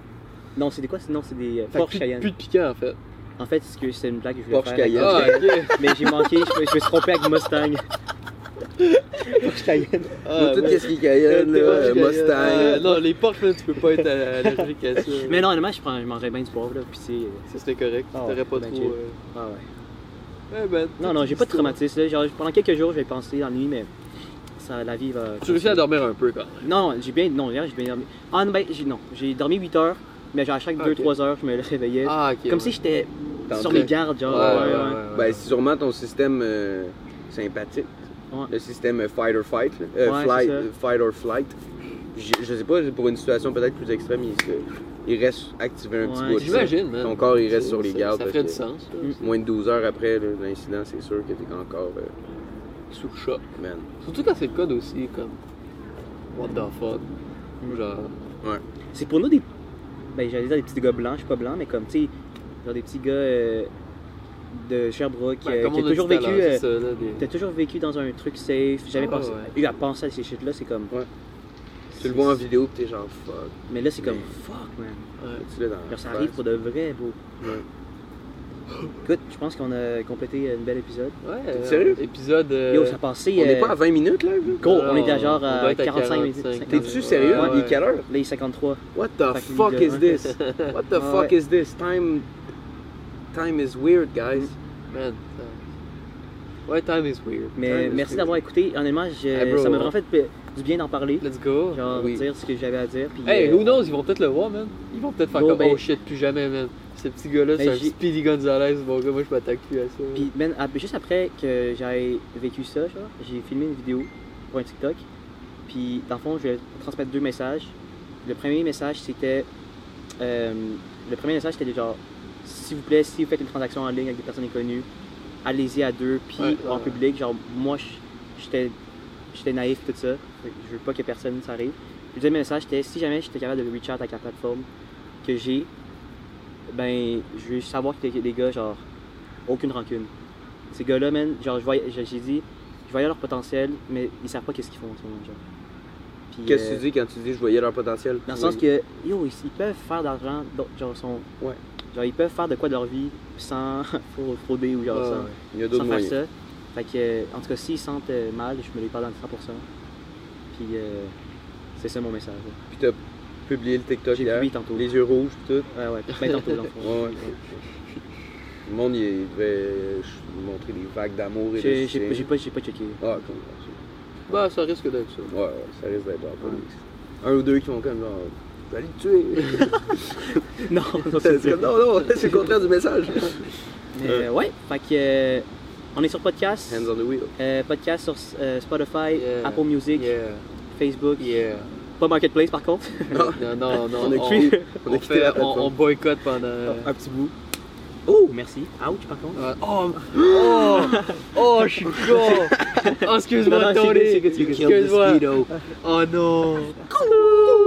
[SPEAKER 2] Non, c'est des quoi Sinon, c'est des euh,
[SPEAKER 3] Fait que
[SPEAKER 2] Porsche
[SPEAKER 3] plus,
[SPEAKER 2] Cayenne.
[SPEAKER 3] plus de piquant en fait.
[SPEAKER 2] En fait, c'est que c'est une blague que je voulais
[SPEAKER 1] Porsche
[SPEAKER 2] faire.
[SPEAKER 1] Cayenne.
[SPEAKER 3] Ah, ok.
[SPEAKER 2] Mais j'ai manqué, je, me- je me suis trompé avec
[SPEAKER 3] (laughs)
[SPEAKER 2] Mustang. Porsche Cayenne.
[SPEAKER 3] Ah,
[SPEAKER 1] tout
[SPEAKER 3] ouais.
[SPEAKER 1] ce qui est Cayenne, là,
[SPEAKER 3] Euh,
[SPEAKER 1] euh,
[SPEAKER 3] Porsche
[SPEAKER 1] Mustang.
[SPEAKER 3] Cayenne. Euh, non, les Porsche, là, tu peux pas être euh, allergique à ça.
[SPEAKER 2] (laughs) Mais non, honnêtement, je, prends, je mangerais bien du poivre, là. Puis c'est. euh,
[SPEAKER 3] Ça c'était correct,
[SPEAKER 2] Ah,
[SPEAKER 3] t'aurais pas
[SPEAKER 2] ben,
[SPEAKER 3] trop.
[SPEAKER 2] chill.
[SPEAKER 3] euh,
[SPEAKER 2] Ah ouais.
[SPEAKER 3] ouais, ben,
[SPEAKER 2] Non, non, j'ai pas de traumatisme. Là. Genre, pendant quelques jours, j'ai pensé dans la nuit, mais ça, la vie va.
[SPEAKER 3] Tu réussis à dormir un peu quand même.
[SPEAKER 2] Non, non, j'ai bien. Non, hier, j'ai bien dormi. Ah, non, ben, j'ai, non, j'ai dormi 8 heures, mais genre, à chaque
[SPEAKER 3] Ah,
[SPEAKER 2] 2-3
[SPEAKER 3] ok.
[SPEAKER 2] heures, je me le réveillais.
[SPEAKER 3] Ah, ok.
[SPEAKER 2] Comme
[SPEAKER 3] ouais.
[SPEAKER 2] si j'étais
[SPEAKER 1] T'entrais.
[SPEAKER 2] sur mes gardes, genre.
[SPEAKER 3] Ouais, ouais,
[SPEAKER 2] ouais,
[SPEAKER 3] ouais,
[SPEAKER 2] ouais.
[SPEAKER 3] ouais.
[SPEAKER 1] Ben c'est sûrement ton système euh, sympathique.
[SPEAKER 2] Ouais.
[SPEAKER 1] Le système euh, fight or fight. là. Euh,
[SPEAKER 2] Ouais,
[SPEAKER 1] flight,
[SPEAKER 2] c'est ça.
[SPEAKER 1] euh, fight or flight. Je, je sais pas, pour une situation peut-être plus extrême, il, se- il reste activé un petit
[SPEAKER 2] Ouais,
[SPEAKER 1] bout.
[SPEAKER 3] J'imagine, man.
[SPEAKER 1] Ton corps, il reste
[SPEAKER 3] Ça-
[SPEAKER 1] sur les
[SPEAKER 3] ça-
[SPEAKER 1] gardes.
[SPEAKER 3] Ça
[SPEAKER 1] parce
[SPEAKER 3] ferait du
[SPEAKER 1] que
[SPEAKER 3] sens. là.
[SPEAKER 2] Mm.
[SPEAKER 1] Moins de 12 heures après là, l'incident, c'est sûr que t'es encore. euh,
[SPEAKER 3] Sous le choc.
[SPEAKER 1] man.
[SPEAKER 3] Surtout quand c'est le code aussi, comme. What the fuck. Ou Genre.
[SPEAKER 2] C'est pour nous des. Ben, j'allais dire des petits gars blancs, je suis pas blanc, mais comme, tu sais, genre des petits gars euh, de Sherbrooke
[SPEAKER 3] Ben,
[SPEAKER 2] euh,
[SPEAKER 3] comme
[SPEAKER 2] qui
[SPEAKER 3] on
[SPEAKER 2] ont
[SPEAKER 3] a
[SPEAKER 2] toujours
[SPEAKER 3] dit tout
[SPEAKER 2] vécu.
[SPEAKER 3] à l'heure,
[SPEAKER 2] euh,
[SPEAKER 3] c'est ça, là, des-
[SPEAKER 2] T'as toujours vécu dans un truc safe, j'avais
[SPEAKER 3] Ah,
[SPEAKER 2] pensé,
[SPEAKER 3] ouais.
[SPEAKER 2] eu à penser à ces shit-là, c'est comme.
[SPEAKER 1] Ouais. Tu le
[SPEAKER 2] C'est-
[SPEAKER 1] vois en vidéo, pis t'es genre fuck.
[SPEAKER 2] Mais là, c'est comme fuck, man.
[SPEAKER 3] ouais.
[SPEAKER 1] Tu l'as dans la
[SPEAKER 2] Genre, ça arrive
[SPEAKER 1] face.
[SPEAKER 2] pour de vrai, bro. Écoute, je pense qu'on a complété un bel épisode.
[SPEAKER 3] Ouais, euh,
[SPEAKER 1] sérieux?
[SPEAKER 3] Épisode. euh,
[SPEAKER 2] Yo, ça a passé.
[SPEAKER 1] On est
[SPEAKER 2] euh,
[SPEAKER 1] pas à 20 minutes là? là?
[SPEAKER 2] Gros,
[SPEAKER 3] Alors,
[SPEAKER 2] on est déjà genre
[SPEAKER 3] on
[SPEAKER 2] à
[SPEAKER 3] doit être à euh,
[SPEAKER 2] 45 minutes.
[SPEAKER 3] 45.
[SPEAKER 1] T'es-tu sérieux?
[SPEAKER 2] Ouais.
[SPEAKER 1] Il est quelle heure?
[SPEAKER 2] Là, il est 53.
[SPEAKER 1] What the
[SPEAKER 2] Fait que
[SPEAKER 1] fuck
[SPEAKER 2] lui, de
[SPEAKER 1] is
[SPEAKER 2] un. (laughs)
[SPEAKER 1] this? What the
[SPEAKER 2] Ah
[SPEAKER 1] fuck
[SPEAKER 2] ouais.
[SPEAKER 1] is this? Time. Time is weird, guys.
[SPEAKER 2] Mm,
[SPEAKER 3] man, ça- Ouais, time is weird.
[SPEAKER 2] Mais
[SPEAKER 3] Time
[SPEAKER 2] merci
[SPEAKER 3] is weird.
[SPEAKER 2] d'avoir écouté. Honnêtement, je-
[SPEAKER 3] Hey, bro.
[SPEAKER 2] ça m'a vraiment fait p- du bien d'en parler.
[SPEAKER 3] Let's go.
[SPEAKER 2] Genre,
[SPEAKER 1] hein. Oui.
[SPEAKER 2] dire ce que j'avais à dire. Puis,
[SPEAKER 3] Hey,
[SPEAKER 2] euh,
[SPEAKER 3] who knows, ils vont peut-être le voir, man. Ils vont peut-être faire
[SPEAKER 2] Bon,
[SPEAKER 3] comme
[SPEAKER 2] ben-
[SPEAKER 3] oh shit, plus jamais, man. Ce petit gars-là,
[SPEAKER 2] Ben,
[SPEAKER 3] c'est un
[SPEAKER 2] j'ai-
[SPEAKER 3] Speedy Gonzalez, mon gars, moi je m'attaque plus à ça.
[SPEAKER 2] Puis, man, ap- juste après que j'avais vécu ça, genre, j'ai filmé une vidéo pour un TikTok. Puis, dans le fond, je vais transmettre deux messages. Le premier message, c'était. euh, le premier message, c'était genre, s'il vous plaît, si vous faites une transaction en ligne avec des personnes inconnues, allez-y à deux, puis
[SPEAKER 3] Ouais,
[SPEAKER 2] en
[SPEAKER 3] ouais.
[SPEAKER 2] public. Genre, moi, je- j'étais j'étais naïf, tout ça. Fait que Je veux pas que personne s'arrive. Le deuxième message, c'était si jamais j'étais capable de reach out avec la plateforme que j'ai, ben, je veux savoir que les gars, genre, aucune rancune. Ces gars-là, man, genre, je voyais- j'ai j'ai dit, je voyais leur potentiel, mais ils savent pas qu'est-ce qu'ils font en ce moment, genre. Puis,
[SPEAKER 1] Qu'est-ce que
[SPEAKER 2] euh,
[SPEAKER 1] tu dis quand tu dis je voyais leur potentiel?
[SPEAKER 2] Dans le sens que, yo, ils, ils peuvent faire de l'argent, donc, genre, sont,
[SPEAKER 1] Ouais.
[SPEAKER 2] genre, ils peuvent faire de quoi de leur vie sans (laughs) fraud- frauder ou genre,
[SPEAKER 3] Ouais,
[SPEAKER 2] sans-
[SPEAKER 3] ouais.
[SPEAKER 1] Il y a
[SPEAKER 2] sans,
[SPEAKER 1] d'autres moyens.
[SPEAKER 2] faire ça. Fait que, euh, en tout cas, s'ils sentent euh, mal, je me les parle dans le 100%. Puis, euh, c'est ça mon message. là.
[SPEAKER 1] Puis t'as publié le TikTok
[SPEAKER 2] J'ai
[SPEAKER 1] hier.
[SPEAKER 2] publié tantôt.
[SPEAKER 1] Les yeux rouges, pis tout.
[SPEAKER 2] Ouais, ouais, ben tantôt, dans le fond.
[SPEAKER 1] (laughs) Ouais, ouais. Le monde, il devait euh, ch- montrer des vagues d'amour et
[SPEAKER 2] J'ai
[SPEAKER 1] de
[SPEAKER 2] j'ai-
[SPEAKER 1] soutien.
[SPEAKER 2] j'ai pas, j'ai pas checké. (laughs)
[SPEAKER 1] Ah, ok, ok.
[SPEAKER 3] Bah, ça risque d'être ça.
[SPEAKER 1] Ouais, ouais, ça risque d'être genre pas mixte. Un ou deux qui vont comme genre. Je vais aller le tuer!
[SPEAKER 2] (laughs) non,
[SPEAKER 1] (laughs)
[SPEAKER 2] non, (laughs)
[SPEAKER 1] C'est comme, non, non, c'est le contraire du message!
[SPEAKER 2] Mais ouais, fait que euh, On est sur podcast.
[SPEAKER 1] Hands on the wheel.
[SPEAKER 2] euh, podcast sur euh, Spotify,
[SPEAKER 3] Yeah.
[SPEAKER 2] Apple Music,
[SPEAKER 3] Yeah.
[SPEAKER 2] Facebook.
[SPEAKER 3] Yeah.
[SPEAKER 2] Pas Marketplace par contre.
[SPEAKER 1] Non.
[SPEAKER 3] Non, non, non.
[SPEAKER 1] On a
[SPEAKER 3] on-
[SPEAKER 1] quitté-
[SPEAKER 3] on
[SPEAKER 1] on a quitté
[SPEAKER 3] fait-
[SPEAKER 1] la
[SPEAKER 3] on-
[SPEAKER 1] plateforme.
[SPEAKER 3] on boycotte pendant.
[SPEAKER 2] Un petit bout. Oh, merci. Ouch par contre.
[SPEAKER 3] Ouais. Oh, oh, oh, je suis con. Oh, excuse-moi,
[SPEAKER 2] Non, non, c'est
[SPEAKER 3] attendez.
[SPEAKER 2] good, c'est good, c'est good.
[SPEAKER 3] Excuse-moi. Oh non.